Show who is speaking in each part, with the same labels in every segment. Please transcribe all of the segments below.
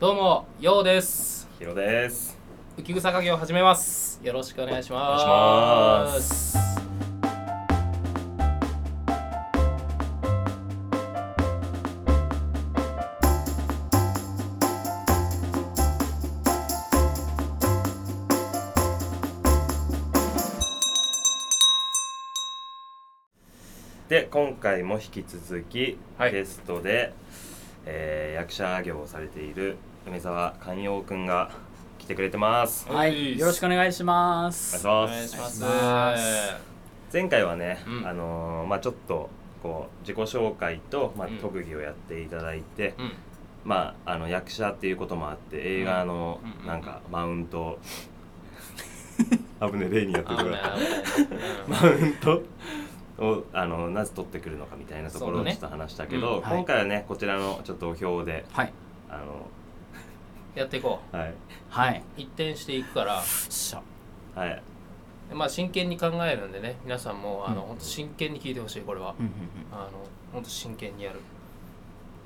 Speaker 1: どうも、ようです。
Speaker 2: ヒロです。
Speaker 1: 浮き草家業始めます。よろしくお願いします。
Speaker 2: お願いしますで今回も引き続き、
Speaker 1: はい
Speaker 2: ゲストで、えー役者業をされている梅沢寛陽くんが来てくれてます。
Speaker 1: はい
Speaker 3: はい、よろしくお願いしま
Speaker 2: お願い
Speaker 3: す。
Speaker 2: し
Speaker 1: お
Speaker 2: ます。
Speaker 1: 願いします。
Speaker 3: お願いしま
Speaker 2: 前回はね、
Speaker 1: うん
Speaker 2: あのーまあちょっとこう自己紹介と、まあ
Speaker 1: うん、
Speaker 2: 特技をやっていただいて、
Speaker 1: うん、
Speaker 2: まああの役者っていうこともあって映画の
Speaker 1: うんうんうんうん
Speaker 2: なんかマウント 危ねえ例にやって
Speaker 1: あ
Speaker 2: るか
Speaker 1: のね
Speaker 2: ら
Speaker 1: あのねうん
Speaker 2: マウント をあのなぜ取ってくるのかみたいなところ
Speaker 1: そう
Speaker 2: を
Speaker 1: だね
Speaker 2: ちょっと話したけ
Speaker 1: うん
Speaker 2: ど、
Speaker 3: はい
Speaker 2: 今回はねこちらのちょっとお表で
Speaker 3: はい、
Speaker 2: あの
Speaker 1: やっていこ
Speaker 2: はい
Speaker 3: はい、
Speaker 1: う。一転していくから、
Speaker 3: しゃ、
Speaker 2: はい
Speaker 1: まあ真剣に考えるんでね、皆さんもあの
Speaker 3: うん
Speaker 1: 本当真剣に聞いてほしいこれは
Speaker 3: う。んうん
Speaker 1: あの本当真剣にやる。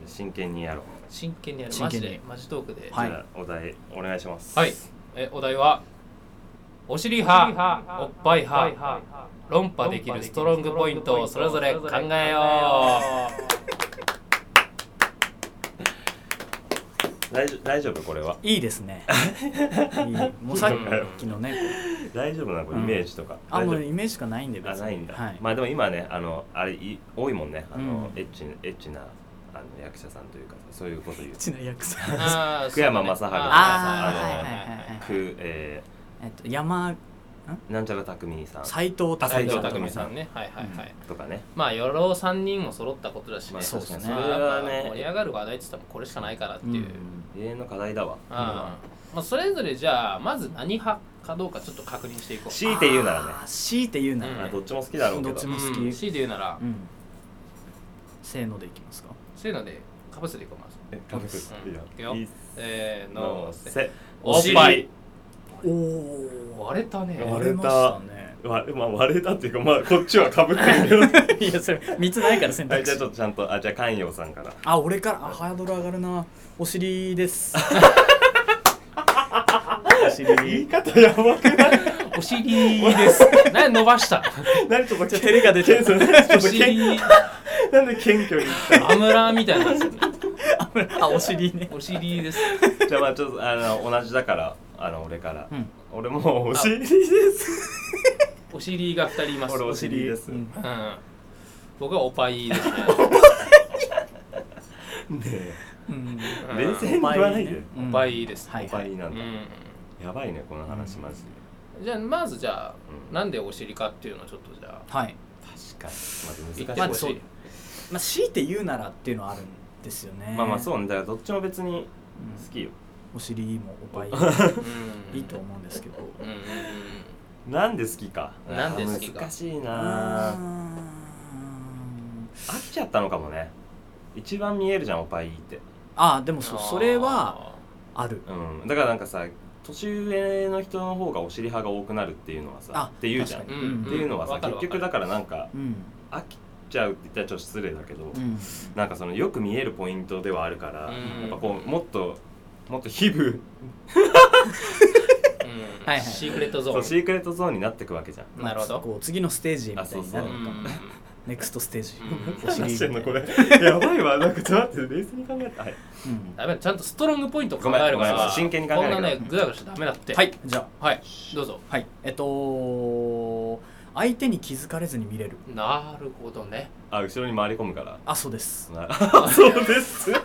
Speaker 2: 真剣にやろう、
Speaker 1: 真剣にやる。
Speaker 3: 真
Speaker 1: マジ
Speaker 3: 剣に
Speaker 1: でマジトークで。
Speaker 3: はい
Speaker 2: じゃあお題お願いします
Speaker 1: はい。えお題はお尻派、おっぱい派、論破できるストロングポイントをそれぞれ考えよ
Speaker 2: 大丈夫大丈夫これは
Speaker 3: うん、いいですね。いいもうさっきのね、
Speaker 2: 大丈夫なのこれイメージとか、
Speaker 3: あ
Speaker 2: 大丈
Speaker 3: もう
Speaker 2: 夫
Speaker 3: イメージしかないんで
Speaker 2: あないんだ、
Speaker 3: はい、
Speaker 2: まあでも今ねあのあれい多いもんねあの、
Speaker 3: うん
Speaker 2: エッチエッチなあの役者さんというかそういうこと言う
Speaker 3: うちの役者。
Speaker 1: う。
Speaker 3: あ
Speaker 1: あー
Speaker 2: 福山雅治
Speaker 1: そうだね
Speaker 3: あー、
Speaker 2: あ
Speaker 3: はい
Speaker 2: の
Speaker 3: はいはいはい。
Speaker 2: くえ
Speaker 3: えっと山
Speaker 2: ー、なんちゃら匠さん
Speaker 3: 斎藤
Speaker 1: 斉
Speaker 2: あ斎
Speaker 1: 藤
Speaker 2: 藤
Speaker 1: 匠
Speaker 2: 匠
Speaker 1: さ
Speaker 2: さ
Speaker 1: ん
Speaker 2: ん
Speaker 1: ね。はいはいはい。
Speaker 2: とかね
Speaker 1: まあ、与郎三人も揃ったことだしね。
Speaker 2: まあ
Speaker 3: そうですね
Speaker 1: まあ
Speaker 2: それは
Speaker 1: やっ
Speaker 2: ね
Speaker 1: ぱ盛り上がる話題って言ったらこれしかないからっていう。うん
Speaker 2: 永遠の課題だわ
Speaker 1: まあ、それぞれじゃあ、まず何派かどうかちょっと確認していこう。
Speaker 2: 強いて言うならね
Speaker 3: あー強いて言うなら、
Speaker 1: うん
Speaker 2: まあどっちも好きだろうけど
Speaker 3: どっち
Speaker 1: う
Speaker 3: も
Speaker 1: ん、
Speaker 3: 好き
Speaker 1: C で言うなら
Speaker 3: う、ん、せーのでいきますか。
Speaker 1: そういうので、かぶせていこう、まず。
Speaker 2: え軽
Speaker 1: う
Speaker 2: く
Speaker 1: んいくよ
Speaker 2: いいっ
Speaker 1: せーの
Speaker 2: の、
Speaker 1: せ。
Speaker 2: せ
Speaker 1: お尻
Speaker 3: おお
Speaker 1: 割れたね。
Speaker 2: 割
Speaker 3: れ
Speaker 2: れ
Speaker 3: ま
Speaker 2: ま
Speaker 3: し
Speaker 2: したた
Speaker 3: ね。
Speaker 2: わまあ割れたっていうかまあこっちはかぶってるけどはい
Speaker 3: やそれ三つないから選
Speaker 2: い
Speaker 3: 択
Speaker 2: じゃあちょ
Speaker 3: 肢
Speaker 2: っ。とちゃんとあじゃあ寛陽さんから
Speaker 3: あ、俺からあハードル上がるな。お 尻です。お
Speaker 2: 言い
Speaker 3: 尻。
Speaker 2: 方やばくない
Speaker 1: お尻です。何伸ばした
Speaker 2: 何ちょっと
Speaker 3: じゃ照れが出てる
Speaker 2: 謙虚ちょ
Speaker 1: お
Speaker 2: っと
Speaker 1: 尻
Speaker 2: 謙、なんで謙虚に言った
Speaker 1: アムラーみたいなやつね。
Speaker 3: あ、お尻ね。
Speaker 1: お尻です。
Speaker 2: じゃあまあちょっとあの同じだからあの俺から、
Speaker 3: うん
Speaker 2: 俺もお尻です
Speaker 1: お尻が二人います。
Speaker 2: 俺お
Speaker 1: う
Speaker 2: 尻です、
Speaker 3: うん
Speaker 1: ん。僕はおっぱい ですね。
Speaker 2: ねえ
Speaker 3: うん。
Speaker 1: うん
Speaker 2: 冷静に言わないで、
Speaker 3: う
Speaker 1: お
Speaker 3: ん
Speaker 1: っぱいです。
Speaker 3: はい
Speaker 2: おぱいな
Speaker 1: うん
Speaker 2: だ、
Speaker 1: ん。
Speaker 2: やばいねこの話マジで、
Speaker 1: じゃあまずじゃあ、
Speaker 2: うん
Speaker 1: なんでお尻かっていうのをちょっとじゃあ
Speaker 3: はい。
Speaker 2: 確かに
Speaker 1: 言っ
Speaker 2: まあ
Speaker 1: て
Speaker 2: 難
Speaker 1: ほ
Speaker 2: しい、
Speaker 1: しい。
Speaker 3: まあ強いて言うならっていうのはあるんですよね。。
Speaker 2: まあまあそううねだからどっちも別に好きよ、
Speaker 3: お尻もおっ ぱい
Speaker 1: うん
Speaker 3: いいと思うんですけど。
Speaker 1: うんうん
Speaker 2: なんで好きか
Speaker 1: なんで好きか
Speaker 2: 難しいうな
Speaker 3: ー
Speaker 2: あ
Speaker 3: ん
Speaker 2: 飽きちゃったのかもね一番見えるじゃんおっぱいって
Speaker 3: あ、で
Speaker 1: う
Speaker 3: も
Speaker 1: ん。
Speaker 3: そそれはある。
Speaker 2: うんだからなんかさ年上の人の方がお尻派が多くなるっていうのはさ
Speaker 3: あ
Speaker 2: っていうじゃん、
Speaker 1: う
Speaker 3: 確か
Speaker 1: ん、
Speaker 2: っ
Speaker 1: うん、
Speaker 2: ていうのはさ
Speaker 1: わかる
Speaker 2: 結局だ
Speaker 1: わか
Speaker 2: からなんか
Speaker 3: うん。
Speaker 2: 飽きちゃうって言ったらちょっと失礼だけど、
Speaker 3: うん。
Speaker 2: なんかそのよく見えるポイントではあるから、
Speaker 1: うん
Speaker 2: やっぱこうもっともっと皮膚
Speaker 1: るうん
Speaker 3: はいはい
Speaker 1: シークレットゾ
Speaker 2: そう
Speaker 1: ーン。
Speaker 2: シークレットゾーンになってくわけじゃん
Speaker 1: なるほど
Speaker 3: こう次のステージみたいにな
Speaker 2: あ
Speaker 3: る
Speaker 2: そうそう
Speaker 3: のかもね。ネクストステージ
Speaker 1: う。ん
Speaker 3: お尻。
Speaker 2: れやばいわなんかちょっと待って冷静に考えてはい
Speaker 3: うん。
Speaker 1: ダメだちゃんとストロングポイントを考える
Speaker 2: ご
Speaker 1: か
Speaker 2: めんごめ
Speaker 1: ら
Speaker 2: ん真剣に考えるから
Speaker 1: こんなねグダグダしちゃダメだって
Speaker 3: はい、じゃあ。
Speaker 1: はいどうぞ
Speaker 3: はい、えっと相手に気づかれずに見れる
Speaker 1: なるほどね
Speaker 2: あ後ろに回り込むから
Speaker 3: あそうです
Speaker 2: あそうです
Speaker 3: だ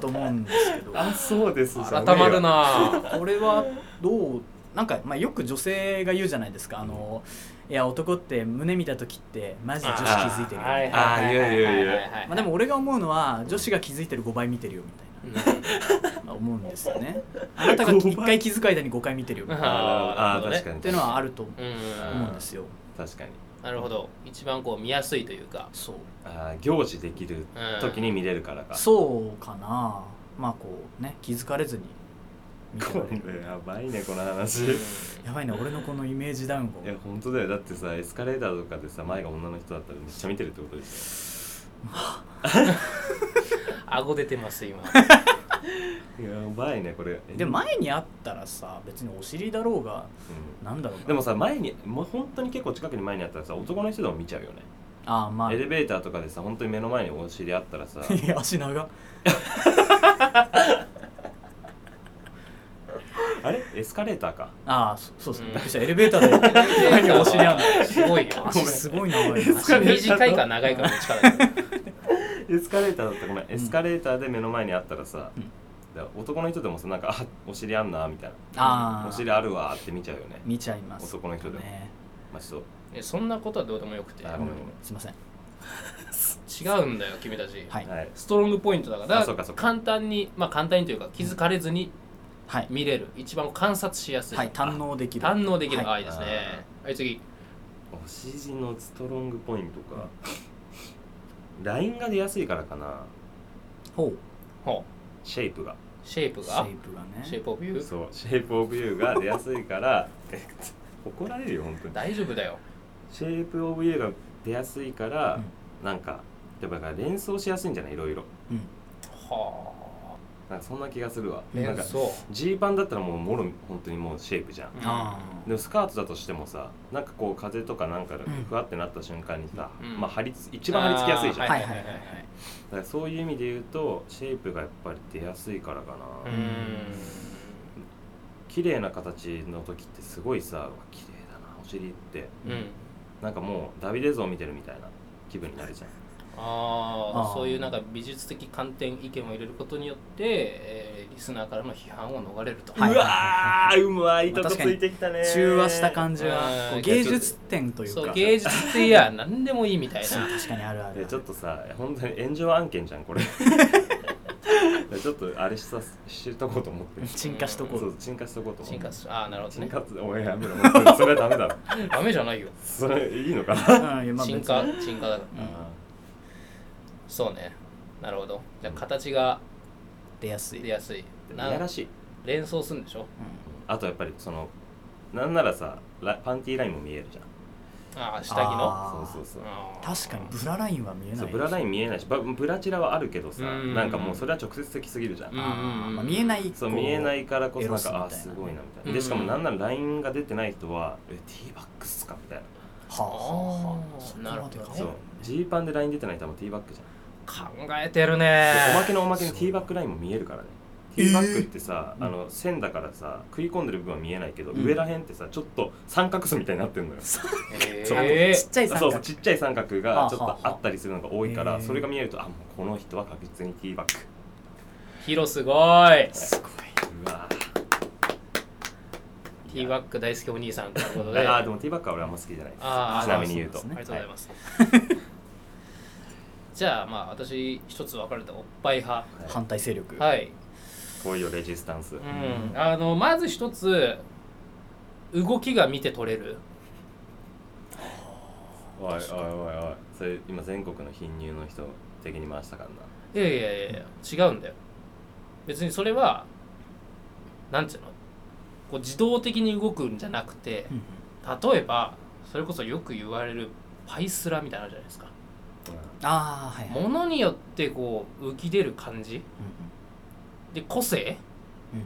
Speaker 3: と思うんですけど
Speaker 2: あそうですじゃ
Speaker 1: 改まるな
Speaker 3: これはどうなんか、まあ、よく女性が言うじゃないですかあのいや男って胸見た時ってマジで女子気づいてるよみたいな
Speaker 2: ああいやいやいや
Speaker 3: まあ、でも俺が思うのは女子が気づいてる5倍見てるよみたいなまあ思うんですよ ねあなたが1回気づく間に5回見てるよみたいな
Speaker 2: あーあー
Speaker 1: なるほどね
Speaker 2: 確かに
Speaker 3: っていうのはあると
Speaker 1: うん
Speaker 3: 思うんですよ
Speaker 2: 確かに
Speaker 1: なるほど一番こう見やすいというか
Speaker 3: そう
Speaker 2: あー行事できる時に見れるからか、
Speaker 3: そうかなまあこうね気づかれずに見てら
Speaker 2: こ
Speaker 3: れる
Speaker 2: れやばいねこの話、い
Speaker 3: やばいね俺のこのイメージダウンを
Speaker 2: や本当だよだってさエスカレーターとかでさ前が女の人だったらめっちゃ見てるってことでしょ
Speaker 1: 顎出てます今
Speaker 2: やばいねこれ
Speaker 3: で前にあったらさ別にお尻だろうが
Speaker 2: う
Speaker 3: なんだろうが
Speaker 2: んでもさ前にもう本当に結構近くに前にあったらさ男の人でも見ちゃうよね
Speaker 3: ああまあ
Speaker 2: エレベーターとかでさ本当に目の前にお尻あったら さ
Speaker 3: いや足長
Speaker 2: あれエスカレーターか
Speaker 3: ああそそうですね
Speaker 1: うん
Speaker 3: びっくりしたエレベーターで前にお尻あんの
Speaker 1: すごいよ
Speaker 3: 足すご い長い
Speaker 2: ごい
Speaker 1: 短いか長いかの力だよ
Speaker 2: エスカレーターだったごめんエスカレーターで目の前にあったらさ、
Speaker 3: うん
Speaker 2: だから男の人でもさなんかあお尻あんなみたい
Speaker 3: あ
Speaker 2: な
Speaker 3: ー
Speaker 2: お尻あるわって見ちゃうよね
Speaker 3: 見ちゃいます
Speaker 2: 男の人でも、
Speaker 3: ね
Speaker 2: まあちょっ
Speaker 1: えそんなことはどうでもよくて
Speaker 2: あ
Speaker 3: ごめんごめんすいません
Speaker 1: 違うんだよ君たち、
Speaker 3: はい
Speaker 2: とはい
Speaker 1: ストロングポイントだから
Speaker 2: あ
Speaker 1: だ
Speaker 2: そう
Speaker 1: か
Speaker 2: からそうか
Speaker 1: 簡単にまあ簡単にというか気づかれずに
Speaker 3: はい
Speaker 1: 見れる一番観察しやすい、
Speaker 3: はい堪能できる
Speaker 1: 堪能できる、
Speaker 3: はい
Speaker 1: あいいですねはい次
Speaker 2: お尻のストロングポイントかラインが出やすいからかな
Speaker 3: ほう
Speaker 1: ほ
Speaker 2: シェイプが
Speaker 1: うシェイプ
Speaker 3: シ
Speaker 1: が
Speaker 3: ェイプが
Speaker 1: シェイ
Speaker 3: ね
Speaker 1: プオブユー
Speaker 2: そうシェイプオブユーが出やすいからえ怒られるよ本当に
Speaker 1: 大丈夫だよ
Speaker 2: シェイプオブユーが出やすいから
Speaker 3: う、
Speaker 2: なんかやっぱだから連想しやすいんじゃないいろいろ
Speaker 3: うん
Speaker 1: は
Speaker 2: なんかそんな気がするわ
Speaker 1: あ
Speaker 2: なん
Speaker 1: 連
Speaker 2: か
Speaker 1: 想
Speaker 2: ジーパンだったらもうもろ本当にもうシェイプじゃん
Speaker 3: あ
Speaker 2: でもスカートだとしてもさなんかこう風とかなんかで
Speaker 3: うん
Speaker 2: ふわってなった瞬間にさ、
Speaker 1: うん
Speaker 2: まあ貼りつ一番貼り付きやすいじゃん、
Speaker 1: あー
Speaker 3: はいはいはいはい
Speaker 2: だからそういう意味で言うとシェイプがやっぱり出やすいからか
Speaker 1: う
Speaker 2: な、
Speaker 1: ーん
Speaker 2: 綺麗な形の時ってすごいさうわ綺麗だなお尻って
Speaker 1: うん
Speaker 2: なんかもうダビデ像見てるみたいな気分になるじゃん
Speaker 1: あ
Speaker 3: あ
Speaker 1: あ
Speaker 3: ー
Speaker 1: そういうなんか美術的観点意見を入れることによって、えーリスナーからの批判を逃れると、
Speaker 3: はいう
Speaker 2: わーうまいとこついてきたね
Speaker 3: 中和した感じ
Speaker 1: う
Speaker 3: は
Speaker 1: ん
Speaker 3: こう芸術点という
Speaker 1: そう
Speaker 3: か
Speaker 1: 芸術っていや何でもいいみたい
Speaker 3: そう
Speaker 1: な
Speaker 3: 確かにあるある
Speaker 2: えちょっとさ本当に炎上案件じゃ んこれちょっとあれしさしとこうと思って
Speaker 3: 沈下しとこ
Speaker 2: そうう沈下しとこうと思って
Speaker 1: 進化するああなるほど
Speaker 2: 進
Speaker 1: ね
Speaker 2: 化ってお前やめろ 本当にそれはダメだろ
Speaker 1: ダメじゃないよ
Speaker 2: それいいのかな
Speaker 3: うんいやまあ
Speaker 1: 進
Speaker 3: 別
Speaker 1: 化
Speaker 3: に
Speaker 1: 進化だからそうねなるほどじゃあ形が
Speaker 3: 出やすい
Speaker 1: 出やすい
Speaker 2: でもいや
Speaker 1: な
Speaker 2: らしい
Speaker 1: 連想するんでしょ
Speaker 2: あとやっぱりそのなんならさラパンティーラインも見えるじゃん
Speaker 1: ああ下着の
Speaker 3: あー
Speaker 2: そうそうそう
Speaker 1: あー
Speaker 3: 確かにブララインは見えない
Speaker 2: そうブラライン見えないしバブラチラはあるけどさ
Speaker 1: うん
Speaker 2: なんかもうそれは直接的すぎるじゃん、
Speaker 1: うん
Speaker 3: あーまあ見えない
Speaker 2: そう
Speaker 3: こう
Speaker 2: 見えないからこそなん
Speaker 3: エ
Speaker 2: かあ
Speaker 3: ロ
Speaker 2: ー
Speaker 3: ス
Speaker 2: す
Speaker 3: みたいな
Speaker 2: ごいなみたいな
Speaker 1: う
Speaker 2: で
Speaker 1: ん
Speaker 2: しかもなんならラインが出てない人はえティーバックスかみたいな
Speaker 1: あ
Speaker 3: はあ
Speaker 1: ー
Speaker 3: そこま
Speaker 1: な
Speaker 3: で
Speaker 1: る
Speaker 3: か
Speaker 1: ほどね
Speaker 2: そうジーパンでライン出てない人はもうティーバックじゃん
Speaker 1: 考えてるね
Speaker 2: おまけのおまけにティーバックラインも見えるからね。テ
Speaker 3: えー
Speaker 2: ィーバックってさ、あの線だからさ食い込んでる部分は見えないけど、
Speaker 3: うん
Speaker 2: 上らへんってさちょっと三角巣みたいになってるのよ。
Speaker 1: え
Speaker 2: そう
Speaker 1: ー
Speaker 3: ちっちゃい三
Speaker 2: そう
Speaker 3: 角
Speaker 2: そうちっちゃい三角
Speaker 3: はあ
Speaker 2: がちょっ
Speaker 3: は
Speaker 2: と
Speaker 3: あ
Speaker 2: あったりするのが多いから、
Speaker 3: へー
Speaker 2: それが見えるとあもうこの人は確実にティーバック。
Speaker 1: ヒロすごい
Speaker 3: すごいう
Speaker 2: わ
Speaker 1: ティーバック大好きお兄さんということ
Speaker 2: ー
Speaker 1: で
Speaker 2: あーでもティーバックは俺はあんま好きじゃないです。
Speaker 1: あー
Speaker 2: ちなみに言うと。
Speaker 3: そうなん
Speaker 1: ありがとうございま
Speaker 2: は
Speaker 1: す。 じゃあまあ私一つ分かれたおっぱい派。
Speaker 2: いはい
Speaker 3: 反対勢力
Speaker 1: はい。
Speaker 2: こういうレジスタンス。
Speaker 1: うん。あのまず一つ動きが見て取れる。
Speaker 2: おいおいおいおい。それ今全国の貧乳の人的に回したからな。
Speaker 1: いやいやいやいや違うんだよ。別にそれはなんていうの、こう自動的に動くんじゃなくて
Speaker 3: う、ん
Speaker 1: 例えばそれこそよく言われるパイスラみたいなのあるじゃないですか。
Speaker 3: ああはいはい
Speaker 1: ものによってこう浮き出る感じ。
Speaker 3: う
Speaker 1: で個性、
Speaker 3: うん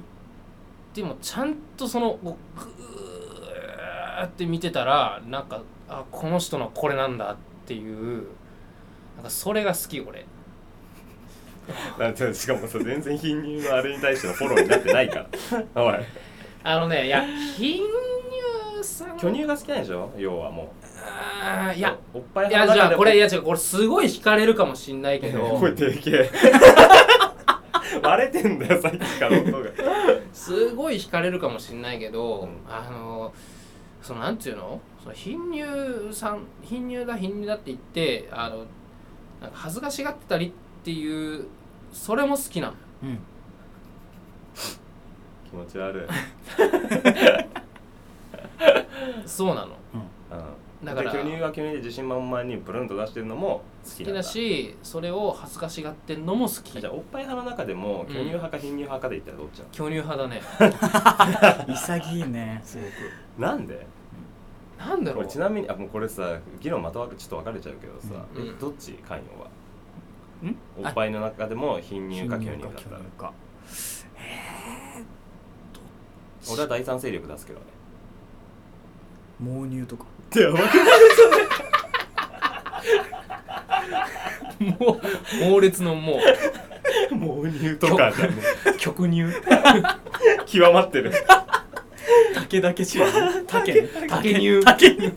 Speaker 1: でもちゃんとそのこうグーって見てたらなんかあこの人のこれなんだっていうなんかそれが好き俺
Speaker 2: なんてしかもさ全然貧乳のあれに対してのフォローになってない から。おい。
Speaker 1: あのねいや貧乳さん
Speaker 2: 巨乳が好きなんでしょ要はも
Speaker 1: あー
Speaker 2: う
Speaker 1: い
Speaker 2: い
Speaker 1: や
Speaker 2: おっぱい
Speaker 1: いやじゃあこれい
Speaker 2: や
Speaker 1: や違うこれすごい惹かれるかもしんないけど
Speaker 2: 声でけ え割れてんだよさっきから音が
Speaker 1: すごい惹かれるかもしんないけど、
Speaker 2: うん
Speaker 1: あのそのなんていうのその貧乳さん貧乳だ貧乳だって言ってあのなんか恥ずかしがってたりっていうそれも好きなの
Speaker 3: んうん
Speaker 2: 気持ち悪い、
Speaker 1: そうなの
Speaker 2: うん、
Speaker 1: だから
Speaker 2: で巨乳が巨乳で自信満々にブルンと出してるのも
Speaker 1: 好
Speaker 2: 好きな
Speaker 1: き
Speaker 2: んだ
Speaker 1: だしそれを恥ずかしがってんのも好き
Speaker 2: あじゃあおっぱい派の中でも巨乳派か貧乳派かで言ったらどっちなの、
Speaker 1: 巨乳派だね
Speaker 3: 潔いねすごく
Speaker 2: なんで
Speaker 1: なんだ
Speaker 2: こ
Speaker 1: ろう
Speaker 2: れちなみにあもうこれさ議論またわけちょっと分かれちゃうけどさ、
Speaker 1: うん
Speaker 2: えどっち関与は
Speaker 3: ん
Speaker 2: おっぱいの中でも貧乳か巨乳
Speaker 3: か
Speaker 2: かだったら
Speaker 3: かえ
Speaker 2: 俺は第三勢力出すけどね
Speaker 3: ー、猛乳とか
Speaker 2: やばく
Speaker 1: もう猛烈の もう
Speaker 2: もう乳とかじゃね
Speaker 1: 極乳
Speaker 2: 極まってる
Speaker 3: 竹だけ違う竹ね
Speaker 1: 竹乳
Speaker 3: 竹乳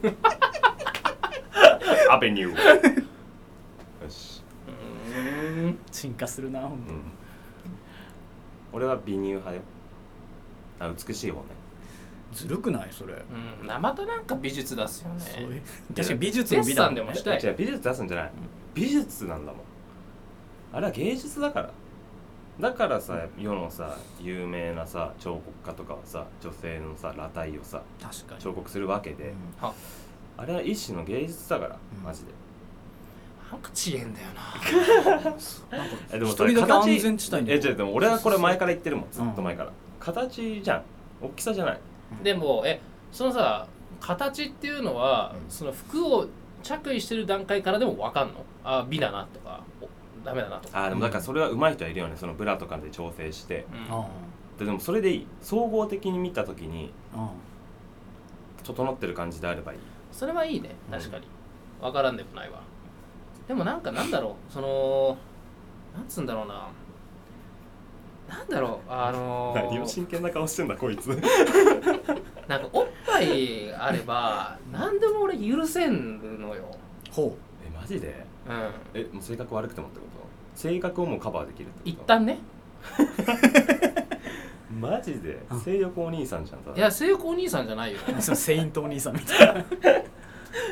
Speaker 2: アベニューよし、
Speaker 1: うん
Speaker 3: 進化するなほん
Speaker 2: う
Speaker 3: と
Speaker 2: ん、俺は美乳派よあ美しい方ね
Speaker 3: ずるくないそれ
Speaker 1: うん生田なんか美術出すよ
Speaker 3: そうい
Speaker 1: ね
Speaker 3: う確かに美術の美
Speaker 1: デッサ
Speaker 3: だ
Speaker 1: ンで
Speaker 3: もん
Speaker 1: も
Speaker 3: ね
Speaker 1: ししたい
Speaker 2: 違う美術出すんじゃない美術なんだもんあれは芸術だからだからさ世のさ有名なさ彫刻家とかはさ女性のさ裸体をさ
Speaker 3: 確かに
Speaker 2: 彫刻するわけで、
Speaker 3: うん
Speaker 1: は
Speaker 2: あれは一種の芸術だから
Speaker 3: うん
Speaker 2: マジで、
Speaker 1: なんかちえんだよな
Speaker 3: なんか
Speaker 2: え
Speaker 3: 一
Speaker 2: それ
Speaker 3: 人だけ
Speaker 2: 形
Speaker 3: 安全地帯に
Speaker 2: えじゃあでも俺はこれ前から言ってるもんず
Speaker 3: そうそう
Speaker 2: っと前から、形じゃん大きさじゃない
Speaker 1: でもえそのさ形っていうのは、
Speaker 3: うん
Speaker 1: その服を着衣してる段階からでも分かんのあ美だなとかおダメだなとか、
Speaker 2: あーでもだからそれは上手い人はいるよねそのブラとかで調整して
Speaker 1: うん
Speaker 3: あ
Speaker 2: ででもそれでいい総合的に見た時に
Speaker 3: ああ
Speaker 2: 整ってる感じであればいい
Speaker 1: それはいいね確かに、分からんでもないわでもなんかなんだろうそのなんつうんだろうななんだろうあのー
Speaker 2: 剣な顔してんだこいつ
Speaker 1: なんかおっぱいあれば何でも俺許せんのよ
Speaker 3: あほ
Speaker 2: えマジで
Speaker 1: うん
Speaker 2: えもう性格悪くてもってこと性格をもうカバーできるってこと
Speaker 1: 一旦ね
Speaker 2: マジで
Speaker 3: うん
Speaker 2: 性欲お兄さんじゃんただ
Speaker 1: いや成功お兄さんじゃないよ
Speaker 3: うそのセイントお兄さんみたいな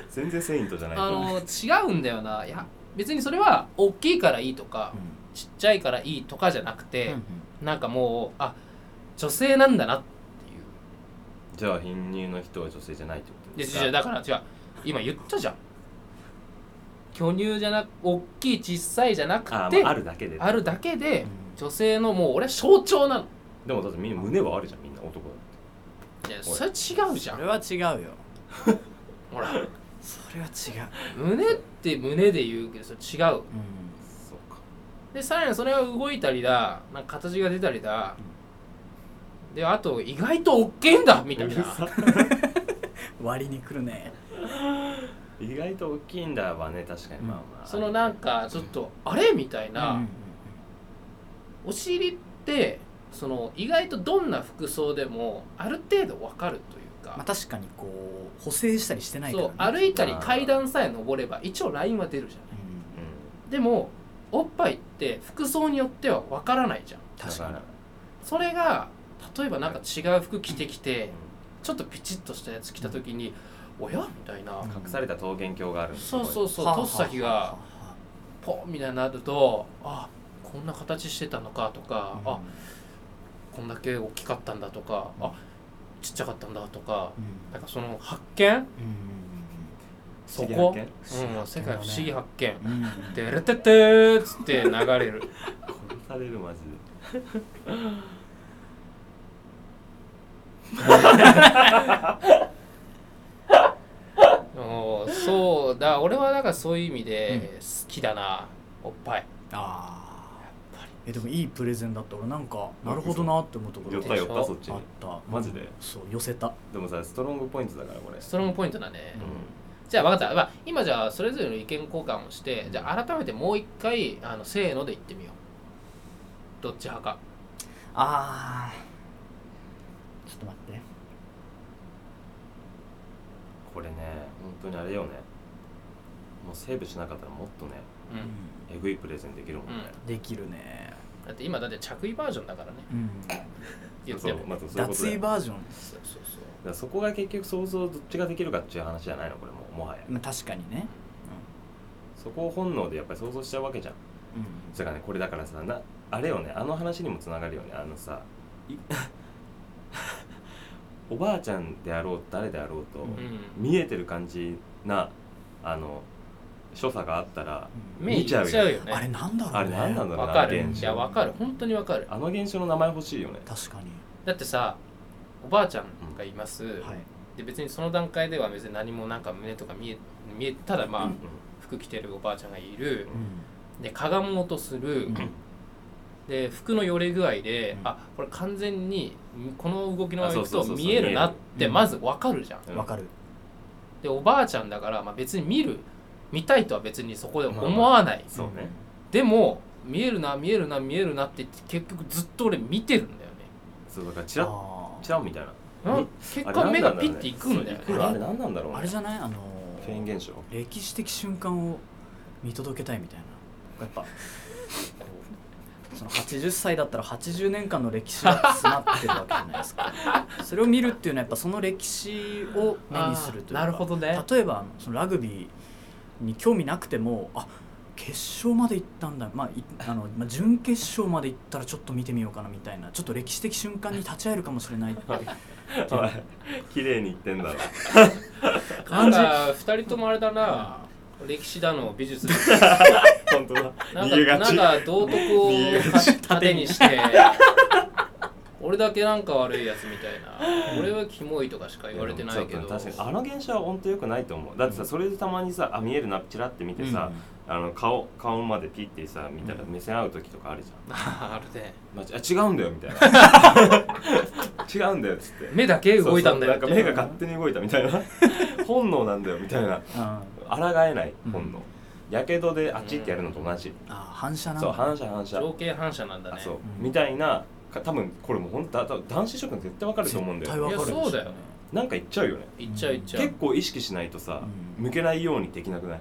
Speaker 2: 全然セイントじゃない
Speaker 1: あ
Speaker 2: と思う
Speaker 1: の違うんだよないや別にそれは大きいからいいとか、ちっちゃいからいいとかじゃなくて、なんかもうあ女性なんだなっていう
Speaker 2: じゃあ貧乳の人は女性じゃないってこと
Speaker 1: で
Speaker 2: ですか
Speaker 1: 違うだから違う今言ったじゃん巨乳じゃなく大きい小さいじゃなくて
Speaker 2: あ
Speaker 1: あ
Speaker 2: ー、まあ、あるだけで
Speaker 1: るだけで、
Speaker 3: うん
Speaker 1: 女性のもう俺は象徴なの
Speaker 2: でもだってみんな胸はあるじゃんみんな男だ
Speaker 1: いやそれ違うじゃ
Speaker 3: そ
Speaker 1: ん
Speaker 3: れは違うよ
Speaker 1: ほら
Speaker 3: それは違う
Speaker 1: 胸って胸で言うけどそれ違う
Speaker 3: うん
Speaker 2: そうか
Speaker 1: でさらにそれが動いたりだなんか形が出たりだ、であと意外と大きいんだみたいうな
Speaker 2: るさ
Speaker 3: 割に来るね
Speaker 2: 意外と大きいんだわね確かに、
Speaker 3: うん
Speaker 2: まあまあ
Speaker 1: そのなんかちょっとあれみたいな、
Speaker 3: うん
Speaker 1: お尻ってその意外とどんな服装でもある程度わかるというか、
Speaker 3: まあ確かにこう補正したりしてないか
Speaker 1: そ
Speaker 3: ら
Speaker 1: う
Speaker 3: ね
Speaker 1: 歩いたり
Speaker 2: あー
Speaker 1: 階段さえ登れば一応ラインは出るじゃ
Speaker 3: う
Speaker 1: なん
Speaker 2: う
Speaker 1: いでもおっぱいって服装によってはわからないじゃん
Speaker 2: んだ
Speaker 3: 確
Speaker 2: か
Speaker 3: からに
Speaker 1: それが例えばなんか違う服着てきてちょっとピチッとしたやつ着た時に「おや?」みたいな、
Speaker 3: うん
Speaker 2: 隠された桃源郷があるんだ
Speaker 1: そうそうそう
Speaker 3: はあ
Speaker 1: とっさき
Speaker 3: はあは
Speaker 1: がポンみたいになるとあこんな形してたのかと
Speaker 3: あ
Speaker 1: か、
Speaker 3: はあ
Speaker 1: あこんだけ大きかったんだとか、
Speaker 3: うん
Speaker 1: あちっちゃかったんだとか
Speaker 3: うん
Speaker 1: なんかその発見そ
Speaker 2: 不思
Speaker 1: こ
Speaker 2: 議発
Speaker 1: うん、世界不思議発見
Speaker 3: うんうんうん
Speaker 1: 「てれててー」っつって流れる
Speaker 2: 見殺されるマジで
Speaker 1: うんそうだ俺はだからそういう意味で好きだな、おっぱい
Speaker 3: ああえでもいいプレゼンだった俺なんかなるほどなって思うところ
Speaker 2: 寄っ
Speaker 1: 嘘
Speaker 2: た寄ったそっち
Speaker 3: あ
Speaker 2: に
Speaker 3: った
Speaker 2: マジで
Speaker 3: そう寄せた
Speaker 2: でもさストロングポイントだからこれ
Speaker 1: ストロングポイントだね、
Speaker 2: う
Speaker 1: じゃあ分かった、まあ、今じゃあそれぞれの意見交換をしてじゃあ改めてもう一回あのせーので言ってみようどっち派か
Speaker 3: ああちょっと待って
Speaker 2: んこれね本当にあれよねもうセーブしなかったらもっとね
Speaker 1: うん、
Speaker 2: えぐいプレゼンできるもんね、
Speaker 3: できるね
Speaker 1: だって今だって着衣バージョンだからね
Speaker 3: うん
Speaker 1: 言って
Speaker 2: そう
Speaker 1: も
Speaker 2: まずそういうこ
Speaker 3: 脱
Speaker 2: とだ
Speaker 3: 衣
Speaker 2: よ
Speaker 3: バージョン
Speaker 1: そうそうそう
Speaker 2: だからそこが結局想像どっちができるかっていう話じゃないのこれもうもはや
Speaker 3: まあ確かにね
Speaker 2: そこを本能でやっぱり想像しちゃうわけじゃん
Speaker 3: うん
Speaker 2: だからねこれだからさなあれよねあの話にもつながるよねあのさい おばあちゃんであろう誰であろうと、
Speaker 3: う
Speaker 1: うん
Speaker 2: 見えてる感じなあの所作があったら
Speaker 3: うん
Speaker 1: 目いっちゃう
Speaker 2: 見ちゃう
Speaker 1: よね
Speaker 3: あれなんだろうね
Speaker 2: あれ何なんだろ
Speaker 1: わ
Speaker 2: うな
Speaker 1: か
Speaker 2: あ
Speaker 1: る
Speaker 2: の
Speaker 1: い
Speaker 2: 現
Speaker 1: や
Speaker 2: 象
Speaker 1: わかる本当にわかる
Speaker 2: あの現象の名前欲しいよね
Speaker 3: 確かに
Speaker 1: だってさおばあちゃんがいます、
Speaker 3: はい
Speaker 1: で別にその段階では別に何もなんか胸とか見え見えただまあ、
Speaker 2: うん
Speaker 1: 服着てるおばあちゃんがいる
Speaker 3: うん
Speaker 1: でかがもうとする、
Speaker 3: うん
Speaker 1: で服のよれ具合で、
Speaker 3: うん
Speaker 1: あこれ完全にこの動きのままいく
Speaker 2: あそうそう
Speaker 1: と
Speaker 2: そうそう
Speaker 1: 見えるなっ
Speaker 3: 見え
Speaker 1: て
Speaker 3: る
Speaker 1: まず分かるじゃん、
Speaker 2: うん
Speaker 3: わかる
Speaker 1: でおばあちゃんだから、まあ、別に見る見たいとは別にそこで
Speaker 2: まあ
Speaker 1: 思
Speaker 2: まあ
Speaker 1: わない、
Speaker 2: そうね
Speaker 1: でも見えるな見えるな見えるなって言って結局ずっと俺見てるんだよね
Speaker 2: そうだからチ
Speaker 3: あ
Speaker 2: ラッチ
Speaker 3: ー
Speaker 2: ラッみたいな
Speaker 1: な
Speaker 2: うん
Speaker 1: 結果目がピッていくんだよね
Speaker 2: そう行くのあれ何なんだろうね
Speaker 3: あれじゃないあの
Speaker 2: フェーン現象
Speaker 3: 歴史的瞬間を見届けたいみたいなやっぱこうその80歳だったら80年間の歴史が詰まってるわけじゃないですかそれを見るっていうのはやっぱその歴史を目にするというか
Speaker 1: あーなるほどね
Speaker 3: 例えばあのそのラグビーに興味なくてもあ決勝まで行ったんだ、まあ、いあのまあ準決勝まで行ったらちょっと見てみようかなみたいなちょっと歴史的瞬間に立ち会えるかもしれな いっていう
Speaker 2: おい綺麗にいってんだろ
Speaker 1: なんか2人ともあれだな歴史だの美術だの
Speaker 2: 本当だ
Speaker 1: なん
Speaker 2: 逃げ
Speaker 1: か
Speaker 2: が
Speaker 1: な
Speaker 2: ち
Speaker 1: んか道徳を
Speaker 2: 逃げが
Speaker 1: か盾にして俺だけなんか悪いやつみたいな俺はキモいとかし か言われてないけど
Speaker 2: そう確かにあの現象は本当良くないと思うだってさ、
Speaker 3: うん
Speaker 2: それでたまにさあ見えるなチラって見てさ、あの顔顔までピッてさ見たら
Speaker 3: うん
Speaker 2: 目線合う時とかあるじ ゃ
Speaker 1: あれね
Speaker 2: ん、まあ、違うんだよみたいな 違うんだよっつって
Speaker 1: 目だけ動いたんだよ
Speaker 2: そうそうなんか目が勝手に動いたみたいな本能なんだよみたいな
Speaker 3: うんあ
Speaker 2: 抗えない
Speaker 3: うん
Speaker 2: 本能やけどであっちってやるのと同じ、
Speaker 3: ー反射なんだ
Speaker 2: そう反射反射
Speaker 1: 情景反射なんだ
Speaker 2: あ
Speaker 1: ね
Speaker 2: そう、
Speaker 3: ん
Speaker 2: みたいなか多分これもう本当多分男子諸君絶対わかると思うんだよ、
Speaker 3: 絶対わか
Speaker 1: い
Speaker 3: る
Speaker 1: やそうだよ
Speaker 2: なんか言っちゃうよね
Speaker 1: 行っちゃう行っちゃう
Speaker 2: 結構意識しないとさ、
Speaker 3: うん
Speaker 2: 向けないようにできなくない、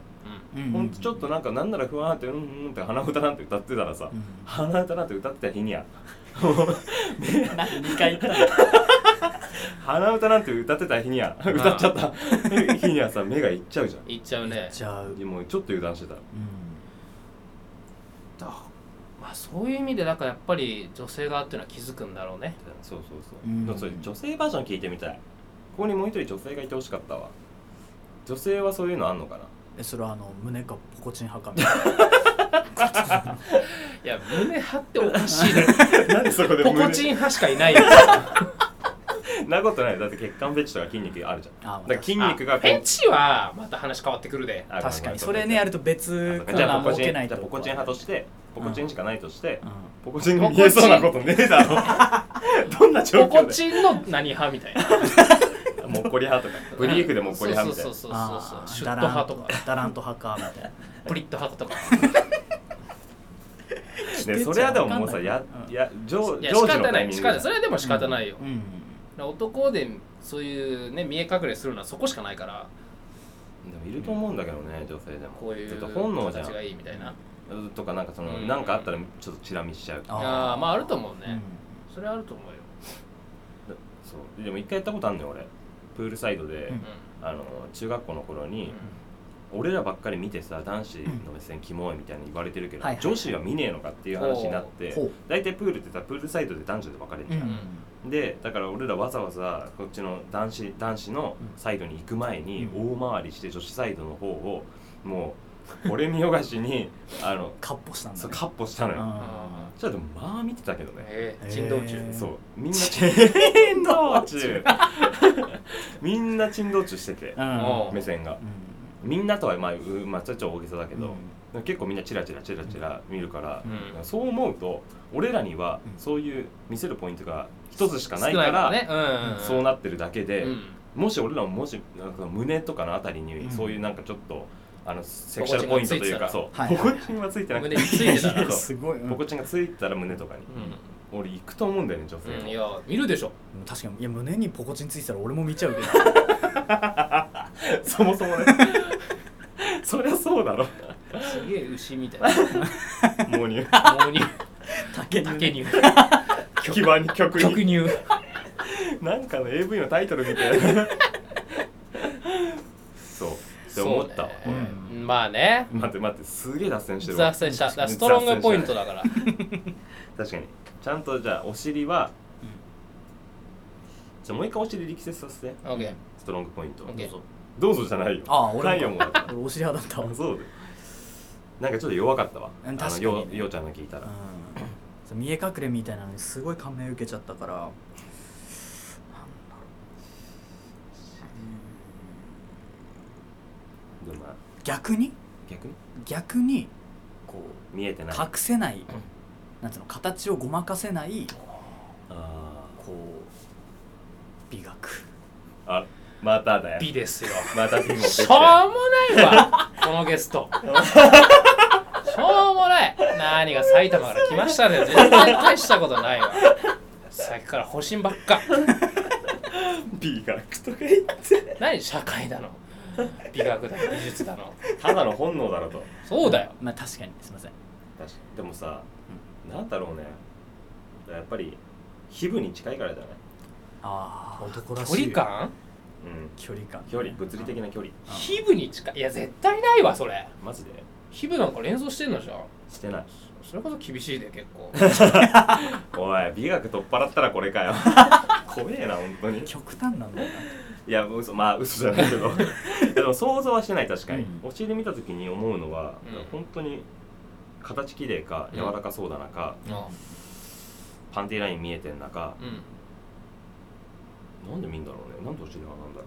Speaker 3: うん
Speaker 2: ほんとちょっとなんかなんなら不安ってうんうんって鼻歌なんて歌ってたらさ、
Speaker 3: う
Speaker 2: 鼻歌なんて歌ってた日には
Speaker 3: ん、なん2回言った
Speaker 2: 鼻歌なんて歌ってた日には
Speaker 1: ん
Speaker 2: 歌っちゃった日にはさ目がいっちゃうじゃん
Speaker 1: 行っちゃうね
Speaker 3: じゃあ、うん、
Speaker 2: もうちょっと油断してたら
Speaker 1: だまあそういう意味でだからやっぱり女性側っていうのは気づくんだろうね
Speaker 2: そうそうそう、
Speaker 3: うん
Speaker 2: でもそれ女性バージョン聞いてみたいここにもう一人女性がいてほしかったわ女性はそういうのあんのかな
Speaker 3: えそれはあの胸がポコチン墓 みたいない
Speaker 1: や胸張っておかしいね
Speaker 2: なんでそ こで
Speaker 1: ポ
Speaker 2: 胸
Speaker 1: コチン派しかいないよ
Speaker 2: なことないだって血管フェチとか筋肉あるじゃん
Speaker 3: あまあ
Speaker 2: だから筋肉が
Speaker 1: あフェチはまた話変わってくるで
Speaker 2: あ
Speaker 3: 確かにそれねやると別コー
Speaker 2: じゃ
Speaker 3: ナ
Speaker 2: あ
Speaker 3: ー
Speaker 2: ポコ
Speaker 3: 設
Speaker 2: チン
Speaker 3: けない
Speaker 2: じ
Speaker 3: と
Speaker 2: ゃあポコチン派としてポコチンしかないとして、
Speaker 3: うん
Speaker 2: ポコチンが見えそうなことねえだろどんな状況
Speaker 1: ポ
Speaker 2: で
Speaker 1: コチンの何派みたいな
Speaker 2: もっこり派とかブリーフでもっこり派みたいな
Speaker 1: そうそうそうそうそ
Speaker 3: あ
Speaker 1: う
Speaker 3: ー
Speaker 1: シュット派とか
Speaker 3: ダランと墓みたいな
Speaker 1: プリット派 とか
Speaker 2: ねそれはでももうさ
Speaker 3: うん
Speaker 2: やや上
Speaker 1: いや仕
Speaker 2: 上司の
Speaker 1: 方
Speaker 2: タ
Speaker 1: な
Speaker 2: イミ
Speaker 1: い
Speaker 2: ン
Speaker 1: 仕
Speaker 2: グ
Speaker 1: 方それはでも 仕方ないよ、
Speaker 3: うん
Speaker 1: 男でそういうね見え隠れするのはそこしかないから
Speaker 2: でもいると思うんだけどね女性でも
Speaker 1: こうい
Speaker 2: ちょ
Speaker 1: う
Speaker 2: っと本能じゃ
Speaker 1: 形が
Speaker 2: ん
Speaker 1: いいみたいな
Speaker 2: とかなんかその、
Speaker 1: うん
Speaker 2: なんかあったらちょっとチラ見しちゃう
Speaker 3: あー
Speaker 1: ああまああると思うね、
Speaker 3: うん
Speaker 1: それはあると思うよ、
Speaker 2: そうでも一回やったことあんのよ俺プールサイドで、
Speaker 3: うん
Speaker 1: う
Speaker 2: あの中学校の頃に
Speaker 1: ん、
Speaker 2: 俺らばっかり見てさ男子の目線キモいみたいに言われてるけど、
Speaker 3: はいはい
Speaker 2: 女子は見ねえのかっていう話になって
Speaker 3: ほう
Speaker 2: 大体プールってさプールサイドで男女で分かれる
Speaker 3: う
Speaker 2: じゃん、
Speaker 3: ん
Speaker 2: でだから俺らわざわざこっちの男子男子のサイドに行く前に
Speaker 3: う
Speaker 2: 大回りして女子サイドの方をもう俺見よがし にあの
Speaker 3: カッポしたんだ
Speaker 2: そう
Speaker 3: ね
Speaker 2: カッポしたのよ
Speaker 3: あ
Speaker 2: ちょっとまあ見てたけどね
Speaker 1: ええ珍道中、
Speaker 3: えー
Speaker 2: そうみんな珍 道中 みんな珍道中してて
Speaker 3: ーうん
Speaker 1: お
Speaker 2: 目線が
Speaker 3: うん
Speaker 2: みんなとはまあ、うまあ、ちょっと大げさだけど
Speaker 3: うん、
Speaker 2: でも結構みんなチラチラチラチラ見るから、
Speaker 1: うん
Speaker 2: そう思うと俺らには
Speaker 3: うん
Speaker 2: そういう見せるポイントが一つしかない
Speaker 1: 少
Speaker 2: か
Speaker 1: から
Speaker 2: ら、
Speaker 1: ね、うんうん、
Speaker 2: そうなってるだけで、
Speaker 1: うん
Speaker 2: もし俺らももしなんか胸とかのあたりに、
Speaker 3: うん
Speaker 2: そういうなんかちょっとあのセクシャルポイントというかそう
Speaker 3: ポコチンがついてたらはい
Speaker 2: ポコチンはついてなくて
Speaker 1: 胸についてたら
Speaker 2: そう
Speaker 3: すごい、うん
Speaker 2: ポコチンがついてたら胸とかに、俺行くと思うんだよね女性
Speaker 1: う
Speaker 2: も
Speaker 1: ん、うん、いや見るでし ょ
Speaker 3: 確かにいや胸にポコチンついてたら俺も見ちゃうけど
Speaker 2: そもそもね そりゃそうだろ
Speaker 1: すげえ牛みたいな
Speaker 2: もうに
Speaker 1: 毛乳
Speaker 3: 竹
Speaker 1: 竹
Speaker 3: に
Speaker 1: 乳
Speaker 2: 基盤に曲
Speaker 1: 曲
Speaker 2: に
Speaker 1: 乳
Speaker 2: なんかの AV のタイトル みたいなそうって思ったわ、
Speaker 1: そう
Speaker 2: 俺
Speaker 1: ね
Speaker 3: う
Speaker 1: うんまあね
Speaker 2: 待って待ってすげえ脱線してるわ
Speaker 1: 雑誌しただからストロングポイントだから
Speaker 2: 確かにちゃんとじゃあお尻は、
Speaker 3: うん
Speaker 2: じゃあもう一回お尻力説させて
Speaker 1: OK
Speaker 2: ストロングポイント
Speaker 1: OK
Speaker 2: どうぞどうぞじゃないよ
Speaker 3: あー俺も
Speaker 2: ないよもうだ から
Speaker 3: 俺お尻派だったわ
Speaker 2: あそうだよなんかちょっと弱かったわ
Speaker 3: うん確かに
Speaker 2: あのようようちゃんの聞いたら、
Speaker 3: うん見え隠れみたいなのにすごい感銘受けちゃったからなんだろ
Speaker 2: でもまあ
Speaker 3: う逆に
Speaker 2: 逆に
Speaker 3: 逆にこ
Speaker 2: 見えてな
Speaker 3: う
Speaker 2: い
Speaker 3: 隠せないなんつうの形をごまかせない
Speaker 2: あ
Speaker 3: こう美学
Speaker 2: ーあまただよ
Speaker 1: 美ですよ
Speaker 2: また美もでき
Speaker 1: しょう
Speaker 2: た
Speaker 1: も
Speaker 2: よ
Speaker 1: ないわ このゲストしょうもない何が埼玉から来ましたね全然大したことないわさっきから保身ばっか
Speaker 2: 美学とか言って
Speaker 1: 何社会だの美学だの美術だの
Speaker 2: ただの本能だろと
Speaker 1: そうだよ
Speaker 3: まあ確かにすいません
Speaker 2: 確かでもさ、なんだろうねやっぱり皮膚に近いからだね
Speaker 3: ああ
Speaker 4: 男らし
Speaker 1: 距
Speaker 4: い
Speaker 1: 離感
Speaker 2: うん
Speaker 3: 距離感
Speaker 2: 距離物理的な距離
Speaker 1: 皮膚に近いいや絶対ないわそれ
Speaker 2: マジで
Speaker 1: 皮膚なんか連想してんのじゃん
Speaker 2: してない
Speaker 1: それこそ厳しいで結 構
Speaker 2: おい美学取っ払ったらこれかよ 怖えな本当に
Speaker 3: 極端なんだよ
Speaker 2: いや嘘まあ嘘じゃないけど でも想像はしてない確かに、
Speaker 3: うん
Speaker 2: お尻見た時に思うのは、
Speaker 1: うん
Speaker 2: 本当に形綺麗か柔らかそうだなか、
Speaker 1: あ
Speaker 2: パンティーライン見えてんなか
Speaker 1: うん
Speaker 2: なんで見んだろうねなんでお尻はなんだろう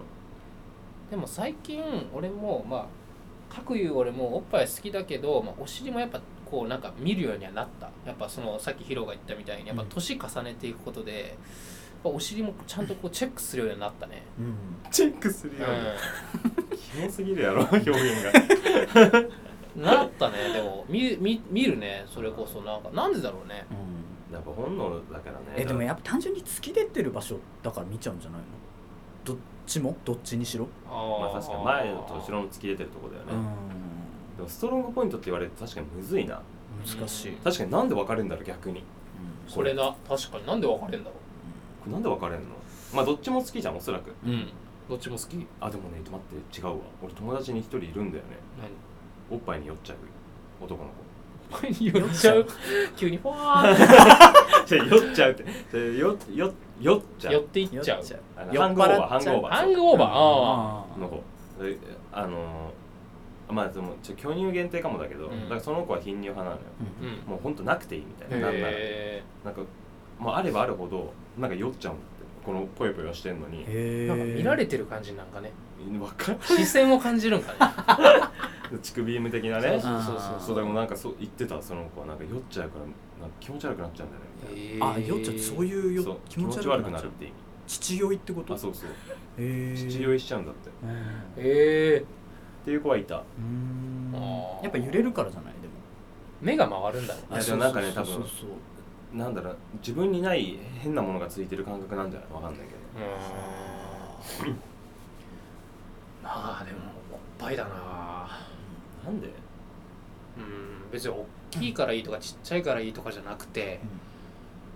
Speaker 1: でも最近俺もまあかくいう俺もおっぱい好きだけど、まあ、お尻もやっぱこうなんか見るようにはなったやっぱそのさっきヒロが言ったみたいにやっぱ
Speaker 3: うん
Speaker 1: 年重ねていくことで、やっぱお尻もちゃんとこうチェックするようになったね、
Speaker 3: うん
Speaker 2: チェックするよ、キモすぎるや ろ表現が
Speaker 1: うん、なったねでも見見見るねそれこそなんかなんでだろうね
Speaker 3: うん
Speaker 2: やっぱ本能だからね
Speaker 3: えでもやっぱ単純に突き出てる場所だから見ちゃうんじゃないのどっちもどっちにしろ
Speaker 1: あ
Speaker 2: まあ確かに前と後ろの突き出てるとこだよね、
Speaker 3: ん
Speaker 2: でもストロングポイントって言われると確かにむずいな
Speaker 3: 難しい、
Speaker 1: うん
Speaker 2: 確かになんで分かれるんだろう逆に
Speaker 1: これだ確かになんで分かれんだろ
Speaker 2: これなんで分かれるのまあどっちも好きじゃんおそらく
Speaker 1: ううんどっちも好き何
Speaker 2: あでもね待って違うわ俺友達に一人いるんだよねおっぱいに酔っちゃう男の 子
Speaker 1: 前に 寄っちゃう急にファーっ
Speaker 2: じゃ酔っちゃうってじゃ酔っ酔っ酔っち
Speaker 1: て
Speaker 2: ゃ
Speaker 1: 寄っ
Speaker 2: う
Speaker 1: ていっちゃう
Speaker 3: 酔っ
Speaker 2: あの
Speaker 3: 酔っ
Speaker 2: ハングオーバーハ
Speaker 3: 払っ
Speaker 2: ン
Speaker 3: ち
Speaker 2: グ
Speaker 3: ゃ
Speaker 2: オ
Speaker 3: う
Speaker 2: ーバー
Speaker 1: ハングオーバーああ
Speaker 3: あ
Speaker 2: の子であのーまあでもちょ巨乳限定かもだけど、
Speaker 1: うん
Speaker 2: だからその子は貧乳派なのよ
Speaker 3: うん
Speaker 1: うん
Speaker 2: もうほんとなくていいみたいななんなら
Speaker 1: へ
Speaker 2: なんか、まあ、あればあるほどなんか酔っちゃうんだってこのぽよぽよしてんのに
Speaker 1: え
Speaker 3: へ
Speaker 1: なんか見ら
Speaker 3: る
Speaker 1: れてる感じなんかね
Speaker 2: わかん
Speaker 1: 視線を感じるんかね
Speaker 2: 乳首ム的なね
Speaker 1: そうそうそう
Speaker 2: そうでもなんかそう言ってたその子はなんか酔っちゃうからなんか気持ち悪くなっちゃうんだよねみたいな、
Speaker 3: あ酔っちゃうそう
Speaker 1: う
Speaker 3: いう
Speaker 2: そう
Speaker 3: よ気
Speaker 2: 気
Speaker 3: 持
Speaker 2: 持
Speaker 3: ち
Speaker 2: ち
Speaker 3: 悪
Speaker 2: 悪
Speaker 3: く
Speaker 2: く
Speaker 3: な
Speaker 2: な
Speaker 3: っち
Speaker 2: る
Speaker 3: ゃ
Speaker 2: っ
Speaker 3: う
Speaker 2: て意味
Speaker 3: 父酔いってこと
Speaker 2: あそうそう
Speaker 3: へえ
Speaker 2: 父酔いしちゃうんだってっ
Speaker 3: うん
Speaker 1: ええ
Speaker 2: ていう子はいた
Speaker 3: うん
Speaker 1: あー
Speaker 3: やっぱ揺れるからじゃないでも
Speaker 1: 目が回るんだろう
Speaker 2: いや
Speaker 3: あ
Speaker 2: でもなんかね
Speaker 3: そうそう
Speaker 2: 多分
Speaker 3: そう
Speaker 2: なんだろう自分にない変なものがついてる感覚なんじゃないわかんないけど
Speaker 1: うんまあでもおっぱいだな
Speaker 2: なんで
Speaker 1: うん別に大きいからいいとかちっちゃいからいいとかじゃなくて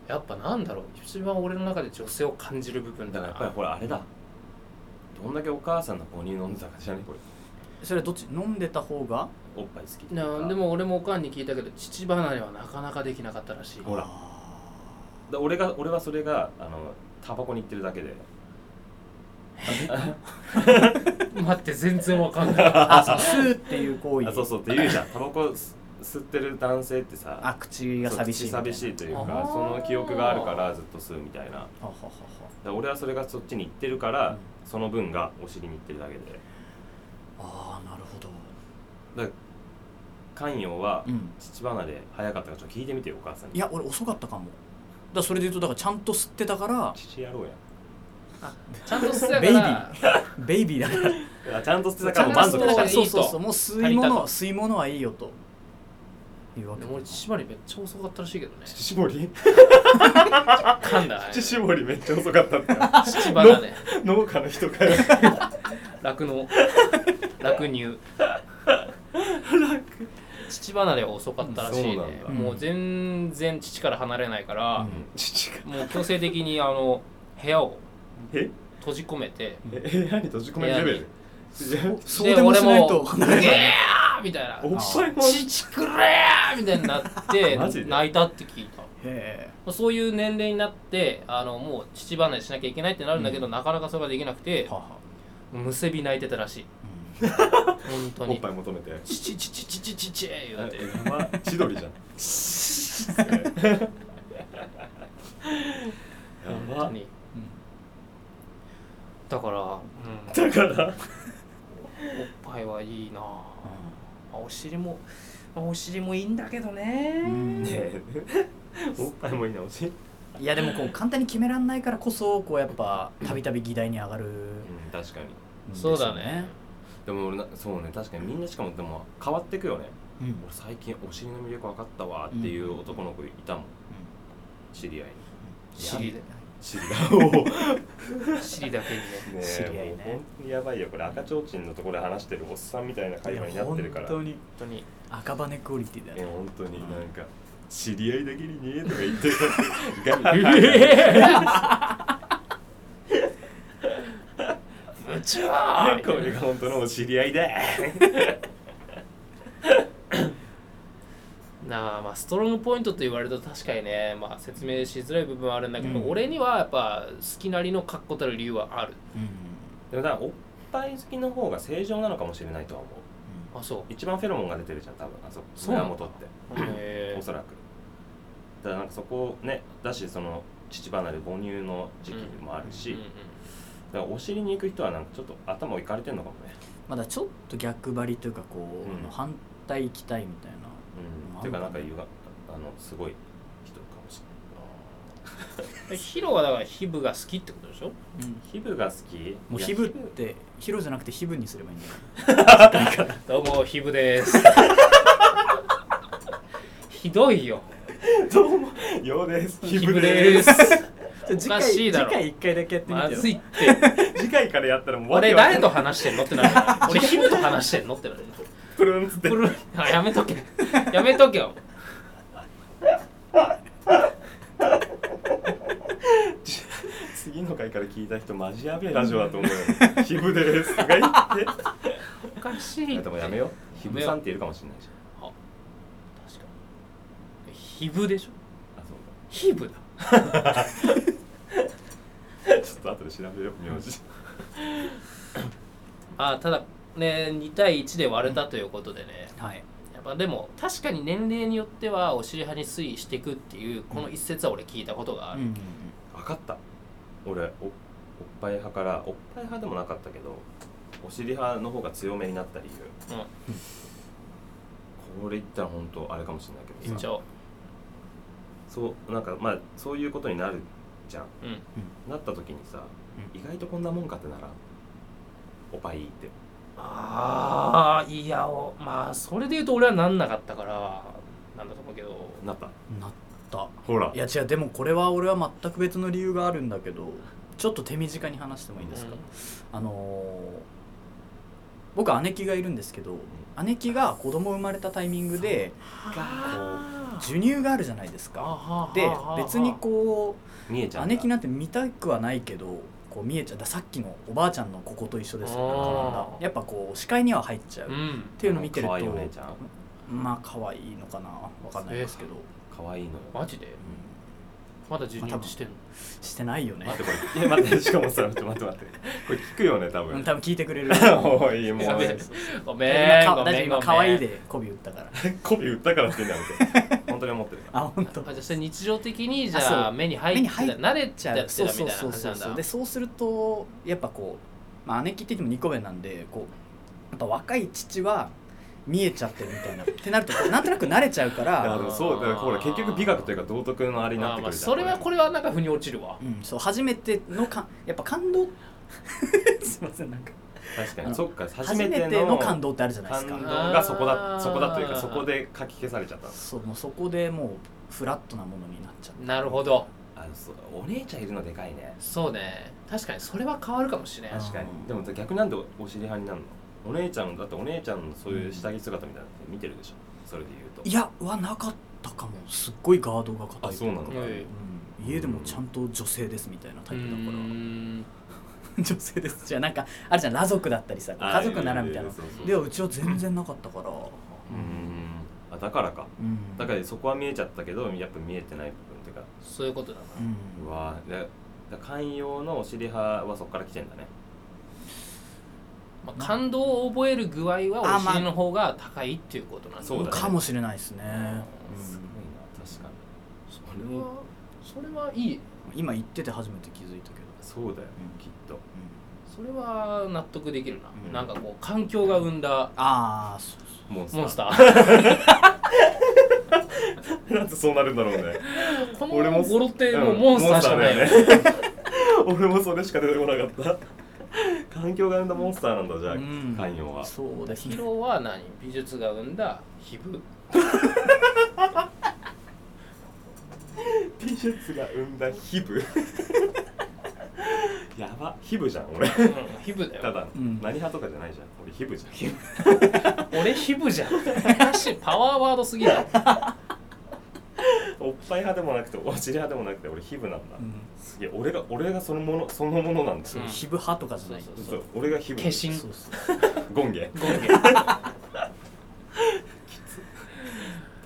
Speaker 3: そう
Speaker 1: やっぱなんだろう一番俺の中で女性を感じる部分
Speaker 2: だ
Speaker 1: だ
Speaker 2: から
Speaker 1: な
Speaker 2: やっぱりほらあれだどんだけお母さんの母乳飲んでたか知らないこれ
Speaker 3: うんそれはどっち飲んでた方が
Speaker 2: おっぱい好きっていうか
Speaker 1: なでも俺もおかんに聞いたけど父離れはなかなかできなかったらしい
Speaker 2: ほら
Speaker 3: あ
Speaker 2: だ俺が俺はそれがあのタバコに行ってるだけで
Speaker 1: 待って全然わかん ない
Speaker 3: ーあそうスーっていう行為
Speaker 2: あそうそうって言うじゃんタバコ吸吸ってる男性ってさ
Speaker 3: あ口が寂しいみた
Speaker 2: そう
Speaker 3: いな
Speaker 2: 口寂しいという
Speaker 1: あ
Speaker 2: か
Speaker 1: ー
Speaker 2: その記憶があるからずっと吸うみたいな
Speaker 3: はははは
Speaker 2: だ俺はそれがそっちに行ってるから、
Speaker 3: うん
Speaker 2: その分がお尻に行ってるだけで
Speaker 3: ああなるほど
Speaker 2: 関与は
Speaker 3: うん
Speaker 2: 父離れ早かったからちょっと聞いてみてよお母さんに
Speaker 3: いや俺遅かったかもだからそれで言うとだからちゃんと吸ってた から
Speaker 2: 父やろう
Speaker 1: ちゃんと吸ってた
Speaker 3: ベイビ
Speaker 1: から
Speaker 3: ーベイビーだから
Speaker 2: やんあちゃんと吸ってたからもう
Speaker 1: ちゃんと吸
Speaker 2: 満足
Speaker 1: っ
Speaker 2: したた
Speaker 1: ら
Speaker 2: い
Speaker 1: い
Speaker 3: そう
Speaker 1: と
Speaker 3: そうそうもう吸い物は
Speaker 1: 足
Speaker 3: 吸い物はいいよというわけ
Speaker 1: で
Speaker 3: だ
Speaker 1: も
Speaker 3: な
Speaker 1: 俺父離れめっちゃ遅かったらしいけどね
Speaker 2: 乳絞り
Speaker 1: 噛んだね
Speaker 2: 乳絞りめっちゃ遅かったって
Speaker 1: 父離れ
Speaker 2: 農家の人から
Speaker 1: 酪 農酪乳父離れは遅かったらしいね
Speaker 2: そうなんだ
Speaker 1: もう全然父から離れないから、
Speaker 2: 父が
Speaker 1: もう強制的にあの部屋を
Speaker 2: え
Speaker 1: 閉じ込めて
Speaker 2: え部屋に閉じ込めるレベル
Speaker 3: そうでもしないと
Speaker 1: で俺も「うげー!」みたいな
Speaker 2: おっ
Speaker 1: 「
Speaker 2: ぱいも
Speaker 1: 父くれー!」みたいになっ
Speaker 2: マジ
Speaker 1: て
Speaker 2: で
Speaker 1: 泣いたって聞いた
Speaker 3: へ
Speaker 1: そういう年齢になってあのもう父離れしなきゃいけないってなるんだけど、なかなかそれができなくて
Speaker 3: えはは
Speaker 1: むせび泣いてたらしい本当
Speaker 2: おっ
Speaker 1: に
Speaker 2: ぱい求め
Speaker 1: 「
Speaker 2: て
Speaker 1: チチチチチチチチ」言うて
Speaker 2: やば千鳥じゃん
Speaker 1: 本
Speaker 2: や
Speaker 1: 当
Speaker 2: ば
Speaker 1: にだから、うん、おっ
Speaker 2: だから
Speaker 1: ぱいはいいなあお尻もお尻もいいんだけどね
Speaker 3: うん
Speaker 2: ねえもったいもい直し、
Speaker 3: いやでもこう簡単に決めらんないからこそこうやっぱたびたび議題に上がるん
Speaker 2: うん、確かに
Speaker 3: です
Speaker 1: そ
Speaker 3: よ
Speaker 1: うだね、
Speaker 2: でも俺なそうね確かにみんなしかもでも変わってくよね
Speaker 3: うんうん
Speaker 2: 俺最近お尻の魅力分かったわっていう男の子いたもん知り合いに
Speaker 1: 知り
Speaker 2: 知り合い
Speaker 1: 知りだけにね
Speaker 2: ね
Speaker 3: 知り合いね
Speaker 2: もう本当にやばいよこれ赤ちょうちんのところで話してるおっさんみたいな会話になってるから
Speaker 3: いや本当に
Speaker 1: 本当に
Speaker 3: 赤羽クオリティだ
Speaker 2: え
Speaker 3: よね
Speaker 2: 本当になんか知り合いだけに ねとか言ってるガ
Speaker 1: 夢中だ
Speaker 2: これが本当のお知り合いだ
Speaker 1: なあまあストロングポイントと言われると確かにね、まあ、説明しづらい部分はあるんだけど、
Speaker 3: うん
Speaker 1: 俺にはやっぱ好きなりの確固たる理由はある
Speaker 3: うん
Speaker 2: でもだからおっぱい好きの方が正常なのかもしれないとは思う
Speaker 1: あそう
Speaker 2: 一番フェロモンが出てるじゃん多分あそこ
Speaker 1: そうな
Speaker 2: 胸
Speaker 1: の
Speaker 2: 元って
Speaker 1: へ
Speaker 2: おそらくだからなんかそこねだしその乳離れ母乳の時期もあるし、
Speaker 1: うんうん
Speaker 2: だからお尻に行く人はなんかちょっと頭いかれてんのかもね、
Speaker 3: まだちょっと逆張りというかこう、
Speaker 2: うん
Speaker 3: あの反対行きたいみたいな
Speaker 2: うん、
Speaker 3: まあ
Speaker 2: っていうかなんかゆがあのすごい人かもし
Speaker 1: えヒロはだからヒブが好きってことでしょ
Speaker 3: うん
Speaker 2: れない皮膚が好き
Speaker 3: もう
Speaker 2: いや
Speaker 3: ヒブってヒロじゃなくてヒブにすればいいんだよ
Speaker 1: どうもヒブです ひどいよ
Speaker 2: どうもようです
Speaker 1: ヒ ブです
Speaker 3: 次
Speaker 1: おか
Speaker 3: 回
Speaker 1: しいだろ
Speaker 3: 次回一回だけやってみ
Speaker 1: ま
Speaker 3: てよ
Speaker 1: ずいって
Speaker 2: 次回からやったらもう
Speaker 1: 俺
Speaker 2: わけ
Speaker 1: 誰と話してんのってな る俺ヒブと話してんのってなる
Speaker 2: プルンつって
Speaker 1: プルンあやめとけ やめとけよ
Speaker 2: 次の回から聞いた人マジやべえラジオだと 思うよヒブ ですとか言っ
Speaker 1: おかしい
Speaker 2: て
Speaker 1: っ
Speaker 2: あ
Speaker 1: て
Speaker 2: でもやめようヒブさんっているかもしれないじゃ
Speaker 1: 確かにヒブでしょ
Speaker 2: んあそう
Speaker 1: ヒブだ
Speaker 2: だちょっと後で調べよう名字
Speaker 1: あただね2対1で割れたということでね
Speaker 3: はい
Speaker 1: やっぱでも確かに年齢によってはお尻派に推移していくっていうこの一節は俺聞いたことがあ
Speaker 3: う
Speaker 1: る、
Speaker 3: ん
Speaker 2: 分かった俺おおっぱい派からおっぱい派でもなかったけどお尻派の方が強めになった理由これ言ったら本当あれかもしれないけ
Speaker 1: う
Speaker 2: ど
Speaker 1: ん
Speaker 2: さ
Speaker 1: 一応
Speaker 2: そうなんかまあそういうことになるじゃん
Speaker 1: うん
Speaker 2: なった時にさ、
Speaker 3: う
Speaker 2: 意外とこんなもんかってならんおっぱいって
Speaker 1: ああいやおまあそれで言うと俺はなんなかったからなんだと思うけど
Speaker 2: なった
Speaker 3: なった
Speaker 2: ほら
Speaker 3: いや違うでもこれは俺は全く別の理由があるんだけどちょっと手短に話してもいいですか、あのー僕姉貴がいるんですけど姉貴が子供生まれたタイミングで
Speaker 1: あ
Speaker 3: 授乳があるじゃないですか
Speaker 1: あ
Speaker 3: で別にこ
Speaker 2: 見えちゃ
Speaker 3: う
Speaker 2: うんだ
Speaker 3: 姉貴なんて見たくはないけどこう見えちゃうださっきのおばあちゃんのここと一緒ですよ
Speaker 1: あー
Speaker 3: やっぱこう視界には入っちゃう、
Speaker 1: う
Speaker 3: っ
Speaker 1: ん
Speaker 3: ていうのを見てると
Speaker 2: 可愛いお姉ちゃん
Speaker 3: まあ可愛いのかなわかんないですけど、
Speaker 2: 可愛いのよ
Speaker 1: マジで
Speaker 3: う
Speaker 1: まだ授乳ってしてんの
Speaker 3: んしてないよね
Speaker 2: 待ってこれいや待ってしかもさちょっと待って待ってこれ聞くよね多
Speaker 3: うん
Speaker 2: 分
Speaker 3: 多分聞いて くれる
Speaker 2: おいも
Speaker 1: や
Speaker 2: う
Speaker 1: べえごめん
Speaker 3: 今
Speaker 1: ごめ
Speaker 3: か大丈夫
Speaker 1: んごめ
Speaker 3: 今
Speaker 1: ん
Speaker 3: 可愛いで媚び打った から
Speaker 2: コビ売ったからって言うんだって本当に思ってるから
Speaker 3: あ本当
Speaker 1: あじゃあそれ日常的にじ
Speaker 3: あ
Speaker 1: ゃ
Speaker 3: そ
Speaker 1: あ
Speaker 3: う
Speaker 1: 目に入っ
Speaker 3: 目
Speaker 1: てた
Speaker 3: に入っ
Speaker 1: 慣れちゃってた
Speaker 3: そう
Speaker 1: みたい
Speaker 3: そう
Speaker 1: な
Speaker 3: そう
Speaker 1: 話
Speaker 3: そ
Speaker 1: な
Speaker 3: うそ
Speaker 1: ん
Speaker 3: う
Speaker 1: だ
Speaker 3: でそうするとやっぱこう、まあ、姉貴って言っても2個目なんでこうやっぱ若い父は見えちゃってるみたいなってなるとこうなんとなく慣れちゃうか
Speaker 2: だから
Speaker 3: ら、
Speaker 2: でもそうだからほら結局美学というか道徳のあれにな
Speaker 1: ま
Speaker 2: っ
Speaker 1: あ
Speaker 2: てく
Speaker 1: まあ
Speaker 2: るじゃん
Speaker 1: それはこれはなんか腑に落ちるわ
Speaker 3: うん、そう初めてのかやっぱ感動 すいませんなんか
Speaker 2: 確か
Speaker 3: あ
Speaker 2: に
Speaker 3: の
Speaker 2: そっか
Speaker 3: 初めての感動ってあるじゃないです
Speaker 2: 感動
Speaker 3: か
Speaker 2: がそこ
Speaker 1: あー
Speaker 2: だそこだというかそこで書き消されちゃった
Speaker 3: そうもうそこでもうフラットなものになっちゃう
Speaker 1: なるほど
Speaker 2: あのそうお姉ちゃんいるのでかいね
Speaker 1: そうね確かにそれは変わるかもしれない
Speaker 3: 確かに
Speaker 2: でも逆になんでお尻派になるのお姉ちゃんだってお姉ちゃんのそういう下着姿みたいなのって見てるでしょそれで言うと
Speaker 3: いやはなかったかもすっごいガードが硬い
Speaker 2: あそうなの
Speaker 1: うん
Speaker 2: へ
Speaker 3: うん家でもちゃんと女性ですみたいなタイプだか
Speaker 1: う
Speaker 3: ら
Speaker 1: ん
Speaker 3: 女性ですじゃあなんかあるじゃん裸族だったりさ
Speaker 2: あ
Speaker 3: 家族ならみたいな
Speaker 2: ええそうそう
Speaker 3: ではうちは全然なかったから
Speaker 2: うんあだからか
Speaker 3: うん
Speaker 2: だからそこは見えちゃったけどやっぱ見えてない部分っていうか
Speaker 1: そういうことだな
Speaker 3: うん
Speaker 2: うわーでだ寛容のお尻派はそこから来てんだね
Speaker 1: まあ感動を覚える具合は
Speaker 3: あま
Speaker 1: お
Speaker 3: あ
Speaker 1: 尻の方が高いっていうことなんだ
Speaker 2: そうだね
Speaker 3: かもしれないですねうん
Speaker 2: すごいな確かに
Speaker 1: それはそれはいい
Speaker 3: 今言ってて初めて気づいたけど
Speaker 2: そうだよ
Speaker 3: うん
Speaker 2: きっと
Speaker 1: それは納得できるな、
Speaker 3: うん
Speaker 1: なんかこう環境が生んだ
Speaker 3: ああそうそう
Speaker 2: モンスター
Speaker 1: モンスター
Speaker 2: なんでそうなるんだろうね
Speaker 1: この
Speaker 2: 俺も
Speaker 1: 頃ってもうモンスターしかないよね
Speaker 2: モンスターだよね 俺もそれしか出てこなかった環境が生んだモンスターなんだじゃあ
Speaker 3: うん
Speaker 2: 寛容は
Speaker 3: そうです
Speaker 1: ヒ
Speaker 3: ね
Speaker 1: ロは何美術が生んだ皮膚
Speaker 2: 美術が生んだヒ ブやばヒブじゃん俺
Speaker 1: うん皮膚だ
Speaker 2: た
Speaker 1: よ
Speaker 2: だ、
Speaker 3: うん
Speaker 2: 何派とかじゃないじゃん俺ヒブじゃん
Speaker 1: 俺皮膚じゃん確かにパワーワードすぎる
Speaker 2: おっぱい派でもなくてお尻派でもなくて俺ヒブなんだ、
Speaker 3: うん
Speaker 2: すげえ俺が俺がそのものそのものなんですよ、
Speaker 1: うん
Speaker 3: ヒブ派とかじゃない
Speaker 1: そう
Speaker 2: そう俺がヒブ
Speaker 1: 化身
Speaker 3: そうそう
Speaker 2: ゴンゲ
Speaker 1: ゴンゲ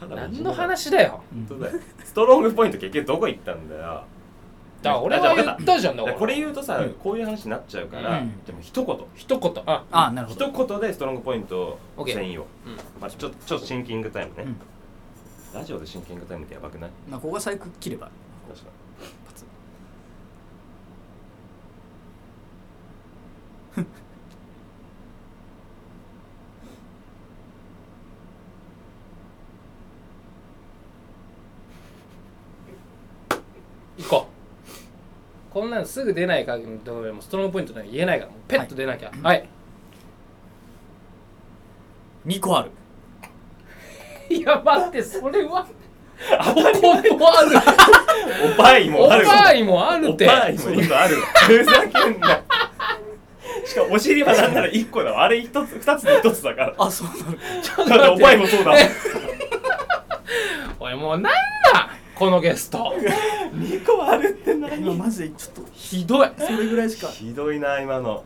Speaker 2: ただ
Speaker 1: 何の話だよ
Speaker 3: うん
Speaker 2: 本当だよストロングポイント結局どこ行ったんだよ
Speaker 1: だから俺は言ったじゃんだ
Speaker 2: だか
Speaker 1: からら
Speaker 2: これ言うとさ、
Speaker 3: うん
Speaker 2: こういう話になっちゃうから、
Speaker 3: うん
Speaker 2: でも一言
Speaker 1: 一言あ
Speaker 3: あなるほど
Speaker 2: 一言でストロングポイントを
Speaker 1: OK
Speaker 2: 専用、
Speaker 1: うん
Speaker 2: まあ、ちょちょっとシンキングタイムね、
Speaker 3: うん
Speaker 2: ラジオでシンキングタイムってやばくない
Speaker 3: まあここが最悪切れば
Speaker 2: 確かパツ
Speaker 1: 行こうこんなんすぐ出ない限りの動画でもストロングポイントなんか言えないからもうペッと出なきゃはい、
Speaker 3: 2個ある
Speaker 1: い、や待ってそれはあここも ある
Speaker 2: おぱいも
Speaker 1: お
Speaker 2: ある
Speaker 1: っぱいもあるって
Speaker 2: おっぱいも今あるわ ふざけんなしかもお尻はなんなら一個だわあれ一つ二つで一つだから
Speaker 3: あそうなる
Speaker 1: ちょっと
Speaker 2: だって
Speaker 1: 待
Speaker 2: お
Speaker 1: って
Speaker 2: ぱいもそうだもん
Speaker 1: おいもうなんだこのゲスト
Speaker 2: 2個あるって
Speaker 3: 今
Speaker 2: 何
Speaker 3: マジでちょっと
Speaker 1: ひどい
Speaker 3: それぐらいしか
Speaker 2: ひどいな今の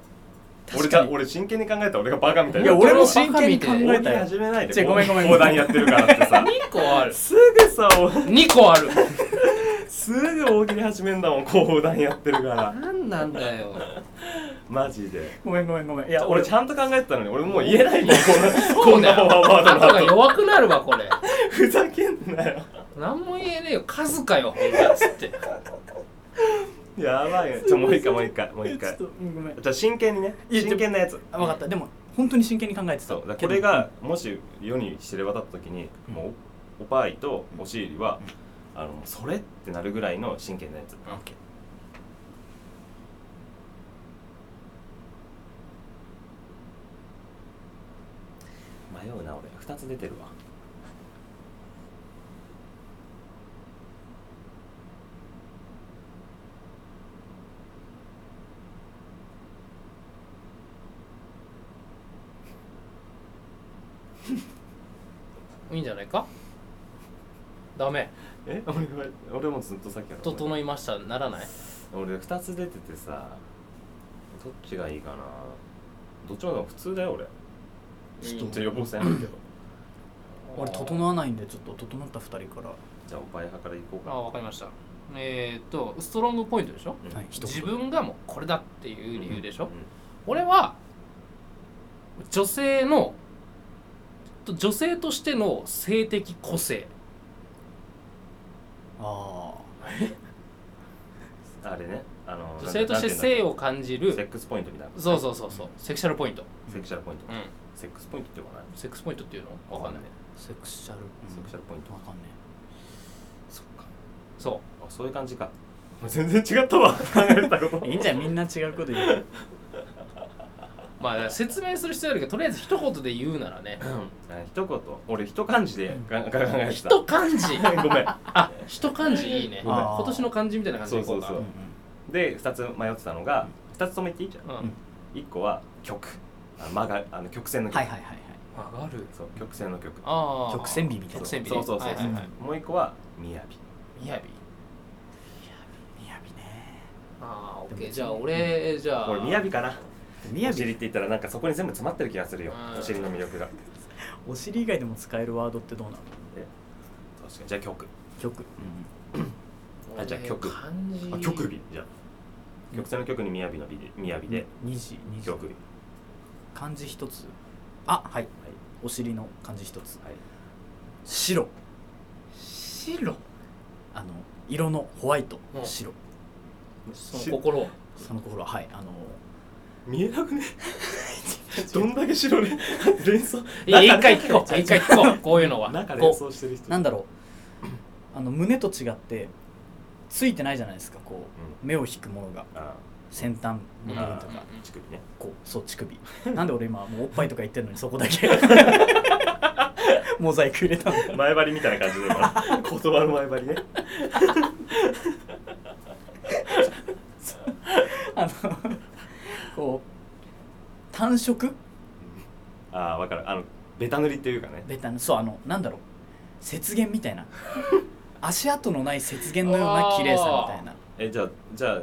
Speaker 2: 俺
Speaker 3: 確か
Speaker 2: が
Speaker 3: に
Speaker 2: 俺真剣に考えたら俺がバカみたい
Speaker 3: い
Speaker 2: な
Speaker 3: や
Speaker 1: 俺
Speaker 3: 俺
Speaker 1: も
Speaker 3: も
Speaker 1: 真
Speaker 3: 真
Speaker 1: 剣
Speaker 3: 剣
Speaker 1: に
Speaker 3: に
Speaker 1: 考
Speaker 3: 考
Speaker 2: 大
Speaker 3: え
Speaker 2: 喜
Speaker 3: た
Speaker 2: 利
Speaker 3: よ
Speaker 2: 始めない
Speaker 3: ち
Speaker 2: で
Speaker 3: ょごめんごめん
Speaker 2: 講談やってるからってさ
Speaker 1: 2個ある
Speaker 2: すぐさ
Speaker 1: 2個ある
Speaker 2: すぐ大喜利始めんだもん講談やってる から
Speaker 1: なんなんだよ
Speaker 2: マジで
Speaker 3: ごめんごめんごめんい
Speaker 2: い
Speaker 3: や
Speaker 2: や俺
Speaker 3: 俺
Speaker 2: ちゃんと考えてたのに俺もう言えないもんこんな
Speaker 1: そ
Speaker 2: こ
Speaker 1: うんだ
Speaker 2: な
Speaker 1: よ
Speaker 2: パワーワー
Speaker 1: 後
Speaker 2: ドの
Speaker 1: が
Speaker 2: 後
Speaker 1: 弱くなるわこれ
Speaker 2: ふざけんなよ
Speaker 1: 何も言えねえよ数かよほんとつって
Speaker 2: やばいよちょもう一回もう一回もう一回
Speaker 3: ちょっとうんごめん
Speaker 2: じゃあ真剣にね
Speaker 3: いやちょ
Speaker 2: 真剣なやつ
Speaker 3: あ分かったでも本当に真剣に考えてた
Speaker 2: そうだからこれがもし世に知れ渡った時に
Speaker 3: うん
Speaker 2: もうおっぱいとお尻はあのそれってなるぐらいの真剣なやつ迷うな俺2つ出てるわ
Speaker 1: いいんじゃないかダメ
Speaker 2: え俺は 俺もずっとさっきから
Speaker 1: 整いましたならない
Speaker 2: 俺2つ出ててさどっちがいいかなどっちもでも普通だよ俺ちょっと予防線あるけど
Speaker 3: 俺整わないんでちょっと整った2人から
Speaker 2: じゃあおっぱい派からいこう
Speaker 1: あ
Speaker 2: か
Speaker 1: あわかりましたえー、っとストロングポイントでしょ
Speaker 2: うん
Speaker 3: はい一言
Speaker 1: 自分がもうこれだっていう理由でしょ、
Speaker 2: うん
Speaker 1: 俺は女性の女性としての性的個性
Speaker 3: あ
Speaker 2: あれねあの
Speaker 1: 女性として性を感じ
Speaker 2: セッ
Speaker 1: る
Speaker 2: クスポイントみたいな
Speaker 1: そうそうそうそうセクシャルポイント
Speaker 2: セクシャルポイント、
Speaker 1: うん
Speaker 2: セックスポイントって言わない
Speaker 1: セックスポイントっていうのわかんない
Speaker 3: あセクシャル
Speaker 2: セクシャルポイント
Speaker 3: わかんね
Speaker 2: そっか
Speaker 1: そ
Speaker 2: あそういう感じか全然違ったわ考えたこと
Speaker 3: えいいんじゃないみんな違うこと言う
Speaker 1: うまあだから説明する必要あるけどとりあえず一言で言うならね
Speaker 2: うんあ一言俺一漢字でがが 考えてた
Speaker 1: 一漢字
Speaker 2: ごめん
Speaker 1: あ一漢字いいね
Speaker 2: ごめん
Speaker 1: 今年の漢字みたいな感じでいこうか
Speaker 2: そううんそで2つ迷ってたのが2つとも言っていいじゃん
Speaker 1: うん
Speaker 2: 1個は曲あ曲があの曲線の曲、
Speaker 3: はいはいはいはい
Speaker 1: 曲がる
Speaker 2: そう曲線の曲
Speaker 1: ああ
Speaker 3: 曲線美みたいな
Speaker 1: 曲線美
Speaker 2: そうそうそうそう
Speaker 1: はいはいはい
Speaker 2: もう1個は「みやび
Speaker 1: 雅
Speaker 3: みやびね
Speaker 1: ああオッケ
Speaker 3: で
Speaker 1: ー
Speaker 3: も
Speaker 1: じゃあ俺じゃ」あ
Speaker 2: 俺みやびかな
Speaker 3: み
Speaker 2: お
Speaker 3: や
Speaker 2: 尻っ
Speaker 3: び
Speaker 2: て言ったらなんかそこに全部詰まってる気がするよ
Speaker 1: うん
Speaker 2: お尻の魅力が
Speaker 3: お尻以外でも使えるワードってどうなの
Speaker 2: 確かにじゃあ曲
Speaker 3: 曲
Speaker 1: 俺
Speaker 2: あじゃあ曲
Speaker 1: 漢
Speaker 2: あ
Speaker 1: 字
Speaker 2: 曲美じゃあ曲線の曲にみやびの美でみやびで
Speaker 3: 2時2時
Speaker 2: 曲美
Speaker 3: 漢字一つあはいお尻の漢字一つ
Speaker 2: はい
Speaker 3: 白
Speaker 1: 白
Speaker 3: あの色のホワイト
Speaker 1: うん
Speaker 3: 白
Speaker 1: その心は
Speaker 3: その心ははいあの
Speaker 2: 見えなくねどんだけ白 ね連想
Speaker 1: いや一回聞こう一回聞こうこういうのは
Speaker 2: なんか連
Speaker 1: こう
Speaker 2: 想してる人
Speaker 3: なんだろうあの胸と違ってついてないじゃないですかこう目を引くものが
Speaker 2: あ
Speaker 3: 先端
Speaker 1: うん
Speaker 3: の部分
Speaker 2: あ
Speaker 3: とか
Speaker 2: 乳首ね
Speaker 3: こうそう乳首 なんで俺今もうおっぱいとか言ってるのにそこだ けモザイク入れたの
Speaker 2: 前張りみたいな感じで今言葉の前張りね
Speaker 3: あのこう単色
Speaker 2: ああ分かるあのベタ塗りっていうかね
Speaker 3: ベタなそうあのなんだろう雪原みた いな足跡のない雪原のような綺麗さみたいな
Speaker 2: えじゃあじゃあ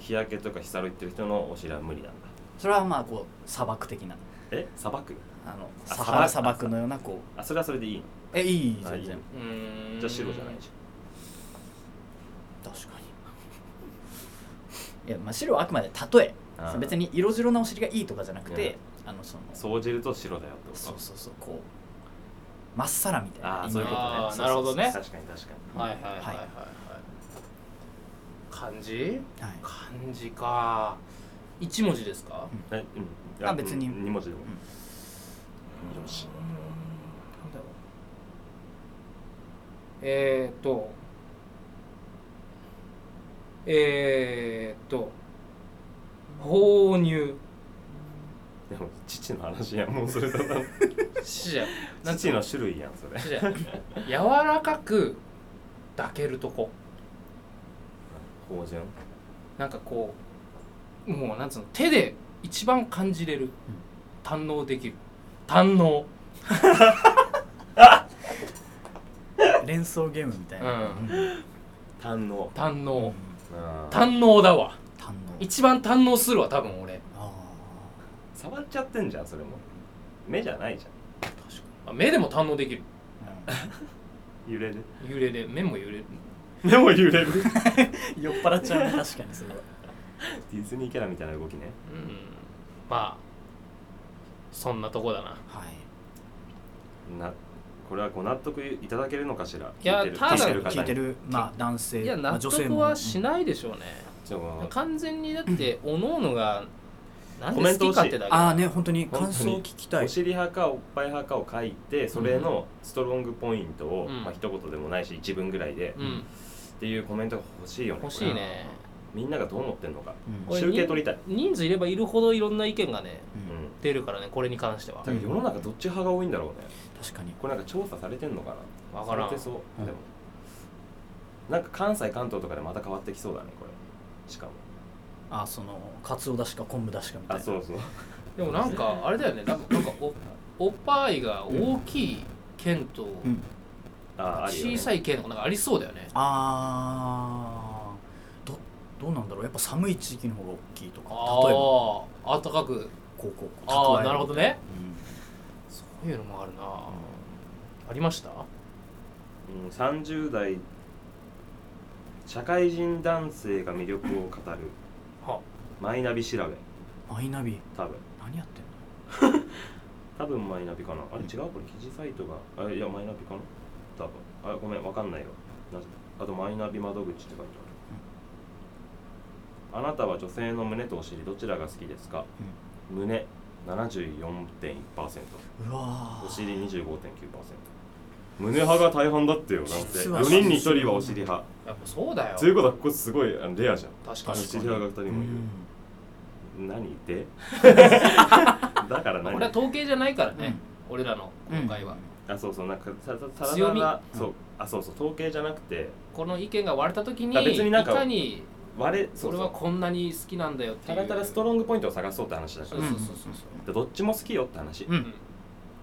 Speaker 2: 日焼けとか日サロ行ってる人のお尻は無理なんだ
Speaker 3: それはまあこう砂漠的な
Speaker 2: え砂漠
Speaker 3: あの
Speaker 2: あ
Speaker 3: サハラ
Speaker 2: 砂
Speaker 3: 砂
Speaker 2: 漠
Speaker 3: 漠のようなこう
Speaker 2: あそれはそれでいいの
Speaker 3: えいい
Speaker 2: あい
Speaker 3: 全
Speaker 2: い
Speaker 3: 然
Speaker 1: うーん
Speaker 2: じゃあ白じゃないじ
Speaker 3: 確かにいやまあ白はあくまで例え
Speaker 2: ゃんあー
Speaker 3: 別に色白なお尻がいいとかじゃなく
Speaker 2: いや
Speaker 3: てあのその
Speaker 2: 総汁と白だよってこと
Speaker 3: そうそうそうこうまっさらみたいな
Speaker 2: ああそういうことね
Speaker 1: あー
Speaker 2: そうそうそう
Speaker 1: なるほどね
Speaker 2: 確かに確かに
Speaker 1: はいはいはいはいはい
Speaker 3: はい
Speaker 1: 漢字
Speaker 3: はい
Speaker 1: 漢字か一文字ですか
Speaker 2: え、うん、
Speaker 3: あ別に
Speaker 2: うん二文字でも、
Speaker 1: う
Speaker 2: よし
Speaker 1: ーんなんだろうえーっとえーっと放入
Speaker 2: でも父の話やんもうそれだな
Speaker 1: じゃなんて
Speaker 2: 父の種類やんそれ
Speaker 1: じゃ 柔らかく抱けるとこ
Speaker 2: 芳醇
Speaker 1: なんかこうもうなんつうの手で一番感じれる、堪能できる堪能
Speaker 3: 連想ゲームみたいな、
Speaker 1: うん
Speaker 3: ん
Speaker 2: 堪能
Speaker 1: 堪能
Speaker 2: あー
Speaker 1: 堪能だわ
Speaker 3: 堪能
Speaker 1: 一番堪能するわ多分俺
Speaker 3: あ
Speaker 2: 触っちゃってんじゃんそれも目じゃないじゃ
Speaker 1: あ目でも堪能できる
Speaker 3: あ、
Speaker 2: ん揺れる
Speaker 1: 揺れで目も揺れる
Speaker 2: 目も揺 れるデ
Speaker 3: うん酔っ払っちゃうね確かにそれは
Speaker 2: ィズニーキャラみたいな動きね
Speaker 1: うんまあそんなとこだな
Speaker 3: はい
Speaker 2: なこれはご納得いただけるのかしら
Speaker 1: いや
Speaker 2: 聞いてる
Speaker 1: ただ
Speaker 2: 聞いてる方に
Speaker 3: 聞いてるまあ男性
Speaker 1: いや
Speaker 3: ま
Speaker 1: 納
Speaker 3: あ女性
Speaker 1: 得
Speaker 3: も
Speaker 1: はしないでしょうね、
Speaker 2: ちょっと
Speaker 1: 完全にだっておのおのが何
Speaker 2: コメ
Speaker 1: で
Speaker 2: ン
Speaker 1: 好
Speaker 2: ト
Speaker 1: き
Speaker 2: 欲しい
Speaker 1: かってだけ
Speaker 3: ああね本当に
Speaker 2: 本当
Speaker 3: 感
Speaker 2: に
Speaker 3: 想を聞きたい
Speaker 2: お尻派かおっぱい派かを書いてそれのストロングポイントを、
Speaker 1: うん
Speaker 2: まあ一言でもないし一文ぐらいで、
Speaker 1: う
Speaker 2: っ
Speaker 1: ん
Speaker 2: ていうコメントが欲しいよね
Speaker 1: 欲しいね
Speaker 2: みんながどう思ってんのか、
Speaker 3: うん
Speaker 1: これ
Speaker 2: 集計取りたい、
Speaker 1: 人数いればいるほどいろんな意見がね
Speaker 3: う
Speaker 2: うんん、
Speaker 1: 出るからねこれに関しては
Speaker 2: だから世の中どっち派が多いんだろうね
Speaker 3: 確かに
Speaker 2: これなんか調査されてんのかな
Speaker 1: わからん
Speaker 2: されてそう、
Speaker 3: うん
Speaker 2: でもなんか関西関東とかでまた変わってきそうだねこれしかも
Speaker 3: あそのカツオだしか昆布だしかみたい
Speaker 2: あ
Speaker 3: な
Speaker 2: そうそう
Speaker 1: でもなんかあれだよねなんかなんかおおっぱいが大きい剣と
Speaker 3: うん
Speaker 2: ああるよ、ね、
Speaker 1: 小さい剣とかなんかありそうだよね
Speaker 3: あーどどうなんだろうやっぱ寒い地域の方が大きいとか
Speaker 1: あ
Speaker 3: 例えばこ
Speaker 1: ああったかく
Speaker 3: うこうこう
Speaker 1: あ
Speaker 3: 蓄え
Speaker 1: あなるほどね
Speaker 3: うん
Speaker 1: そういうのもあるなありました
Speaker 2: うん、30代社会人男性が魅力を語る
Speaker 1: は
Speaker 2: マイナビ調べ
Speaker 3: マイナビ
Speaker 2: 多分
Speaker 3: 何やってんの
Speaker 2: 多分マイナビかなあれ違うこれ記事サイトがあいやマイナビかな多分あごめんわかんないよなあとマイナビ窓口って書いてある、あなたは女性の胸とお尻どちらが好きですか、胸74.1%
Speaker 3: うわー
Speaker 2: お尻25.9%胸派が大半だってよなんて
Speaker 3: 実
Speaker 2: 4
Speaker 3: は
Speaker 2: 人に1人はお尻派
Speaker 1: やっぱそうだよ
Speaker 2: ということはここすごいあのレアじゃん
Speaker 1: 確か
Speaker 2: お
Speaker 1: に
Speaker 2: 尻派が2人
Speaker 3: う
Speaker 2: もいる、
Speaker 3: ん
Speaker 2: 何で だから
Speaker 1: まあ
Speaker 2: 何
Speaker 1: これは統計じゃないからね俺らの今回は
Speaker 2: あそうそうなんかたたただ
Speaker 1: 強み
Speaker 2: ただそうあそうそう統計じゃなくて
Speaker 1: この意見が割れた時に
Speaker 2: あ別に
Speaker 1: い
Speaker 2: なんか
Speaker 1: かに
Speaker 2: 割れそう
Speaker 1: 俺
Speaker 2: そ
Speaker 1: は
Speaker 2: う
Speaker 1: こんなに好きなんだよってい
Speaker 2: た
Speaker 1: う
Speaker 2: だただストロングポイントを探そうって話だか
Speaker 1: そ
Speaker 2: ら
Speaker 1: う
Speaker 3: う
Speaker 1: そ
Speaker 3: ん
Speaker 1: うそうそう
Speaker 2: でどっちも好きよって話、
Speaker 3: うん
Speaker 1: うん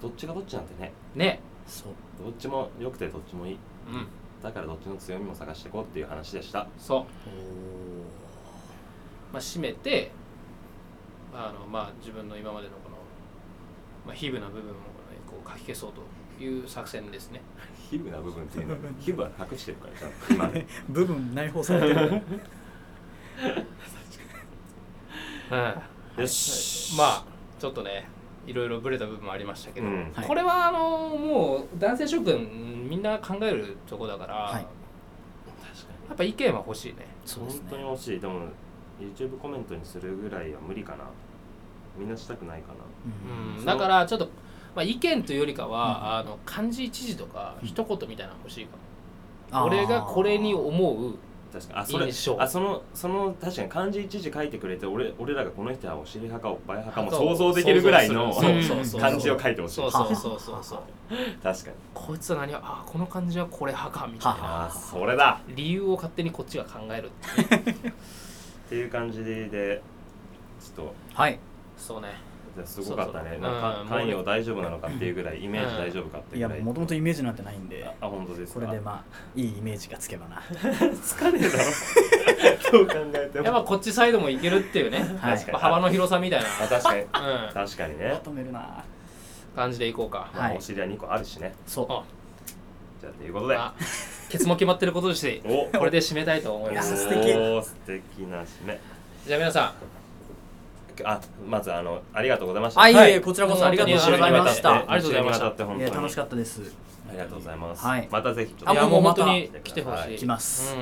Speaker 2: どっちがどっちなんてね
Speaker 1: ね
Speaker 3: そう
Speaker 2: どっちも良くてどっちもいい
Speaker 1: うん
Speaker 2: だからどっちの強みも探していこうっていう話でした
Speaker 1: そう
Speaker 3: お
Speaker 1: まあ、締めてあの、まあ、自分の今までのこの、まあ、皮膚な部分を、ね、こうかき消そうという作戦ですね。
Speaker 2: 皮膚な部分っていうのは皮膚は隠してるからちゃんと今ね
Speaker 3: ー部分内包されてる
Speaker 2: よし
Speaker 1: まあちょっとねいろいろブレた部分もありましたけ
Speaker 2: う
Speaker 1: ど、
Speaker 2: ん
Speaker 3: はい
Speaker 1: これはあのもう男性諸君みんな考えるとこだから、
Speaker 3: はい
Speaker 2: 確かに
Speaker 1: やっぱ意見は欲しいね。
Speaker 3: そうです
Speaker 2: 本
Speaker 3: ね
Speaker 2: 当に欲しいでも YouTube コメントにするぐらいは無理かなみんなしたくないかな
Speaker 1: うん
Speaker 2: そう
Speaker 1: だからちょっと、まあ、意見というよりかは、あの漢字一字とか一言みたいなの欲しいか
Speaker 3: あ
Speaker 1: も、
Speaker 3: ー
Speaker 1: 俺がこれに思う
Speaker 2: 確かにあそれ
Speaker 1: 印象
Speaker 2: あそのその確かに漢字一字書いてくれて俺俺らがこの人はお尻派かおっぱい派かも想像できるぐらいの
Speaker 1: そうそうそう
Speaker 2: 漢字を書いてほしい
Speaker 1: そうそうそうそうそう
Speaker 2: 確かに
Speaker 1: こいつは何をあこの漢字はこれ派かみたいな
Speaker 2: ああそれだ
Speaker 1: 理由を勝手にこっちが考えるっていう
Speaker 2: っていう感じでちょっ
Speaker 3: はい
Speaker 1: そうね
Speaker 2: とすごかったね
Speaker 1: そうそう
Speaker 2: なん
Speaker 1: うん
Speaker 2: か関与大丈夫なのかっていうぐらいイメージ大丈夫かって
Speaker 3: い
Speaker 2: いう
Speaker 3: や
Speaker 2: ぐらい
Speaker 3: もともとイメージなんてないんで
Speaker 2: ああ本当です
Speaker 3: こ
Speaker 2: か
Speaker 3: れでまあいいイメージがつけばな
Speaker 2: 疲れだろ どう考えて
Speaker 1: や
Speaker 2: も
Speaker 1: っぱこっちサイドもいけるっていうね、
Speaker 3: はい
Speaker 1: やっぱ幅の広さみたい
Speaker 2: あ確かに
Speaker 1: な、うん、
Speaker 2: 確かに
Speaker 3: ま
Speaker 2: ね、
Speaker 3: とめるな
Speaker 1: 感じでいこうか、
Speaker 2: まあ
Speaker 3: はい
Speaker 2: お尻は2個あるしね
Speaker 3: そう
Speaker 1: あ
Speaker 2: じゃあということで
Speaker 1: あケツも決まってることとして
Speaker 2: お
Speaker 1: これで締めたいと思い
Speaker 3: や
Speaker 1: ま
Speaker 2: おー
Speaker 1: す
Speaker 3: 素敵
Speaker 2: 素敵な締め
Speaker 1: じゃあ皆さん
Speaker 2: あまずあのありがとうございました
Speaker 3: あいえいえ
Speaker 1: こ
Speaker 3: こ
Speaker 1: ち
Speaker 3: ち
Speaker 1: ら
Speaker 3: ら
Speaker 1: こそ
Speaker 3: こそ
Speaker 1: あ
Speaker 3: あ
Speaker 1: り
Speaker 3: り
Speaker 1: が
Speaker 3: が
Speaker 1: と
Speaker 3: と
Speaker 1: う
Speaker 3: う
Speaker 1: ご
Speaker 3: ご
Speaker 1: ざ
Speaker 3: ざ
Speaker 1: いま
Speaker 3: いま
Speaker 1: し
Speaker 3: したた
Speaker 1: ありがとうございました
Speaker 2: あって本
Speaker 3: い
Speaker 2: 当
Speaker 3: や
Speaker 2: に
Speaker 3: 楽しかったです
Speaker 2: ありがとうございます。
Speaker 3: はい
Speaker 2: またぜひちょっと。
Speaker 3: あ
Speaker 1: いやもう
Speaker 3: もう
Speaker 1: 本
Speaker 3: また
Speaker 1: 当に来てほ
Speaker 2: は
Speaker 1: しい
Speaker 2: い
Speaker 3: 来ます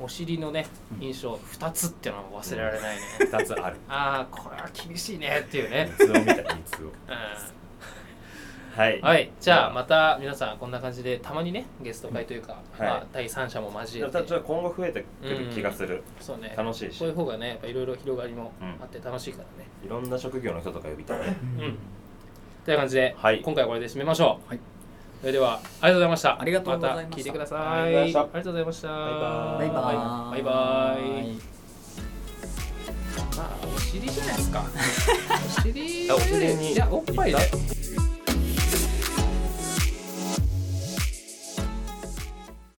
Speaker 1: うん、お尻のね
Speaker 3: うん
Speaker 1: 印象2つっていうのも忘れられないね、
Speaker 2: 二つ ある。
Speaker 1: ああこれは厳しいねっていうね
Speaker 2: 三、つを見た三つを。
Speaker 1: う
Speaker 2: はい。
Speaker 1: ん、はいじゃあまた皆さんこんな感じでたまにねゲスト会というか、
Speaker 2: はい
Speaker 1: まあ、第三者も交え
Speaker 2: ま
Speaker 1: て
Speaker 2: たちょっと今後増えてくる気がする。
Speaker 1: そうね
Speaker 2: 楽しいし
Speaker 1: こういう方がねやっぱいろいろ広がりもあって楽しいからね、
Speaker 2: いろんな職業の人とか呼びたいね。
Speaker 1: うんという感じで、
Speaker 2: はい
Speaker 1: 今回はこれで締めましょう、
Speaker 3: はい
Speaker 1: それではありがとうございました
Speaker 3: ありがとうございました
Speaker 1: た聞いてくださ
Speaker 2: あ
Speaker 1: い
Speaker 2: りがとうございました
Speaker 1: ありがとうございました
Speaker 2: バイバ
Speaker 3: バイバ
Speaker 1: バイ
Speaker 3: イ
Speaker 1: バイ まあお尻じゃないですかお尻より
Speaker 2: あお尻に
Speaker 1: いやおっぱいだよ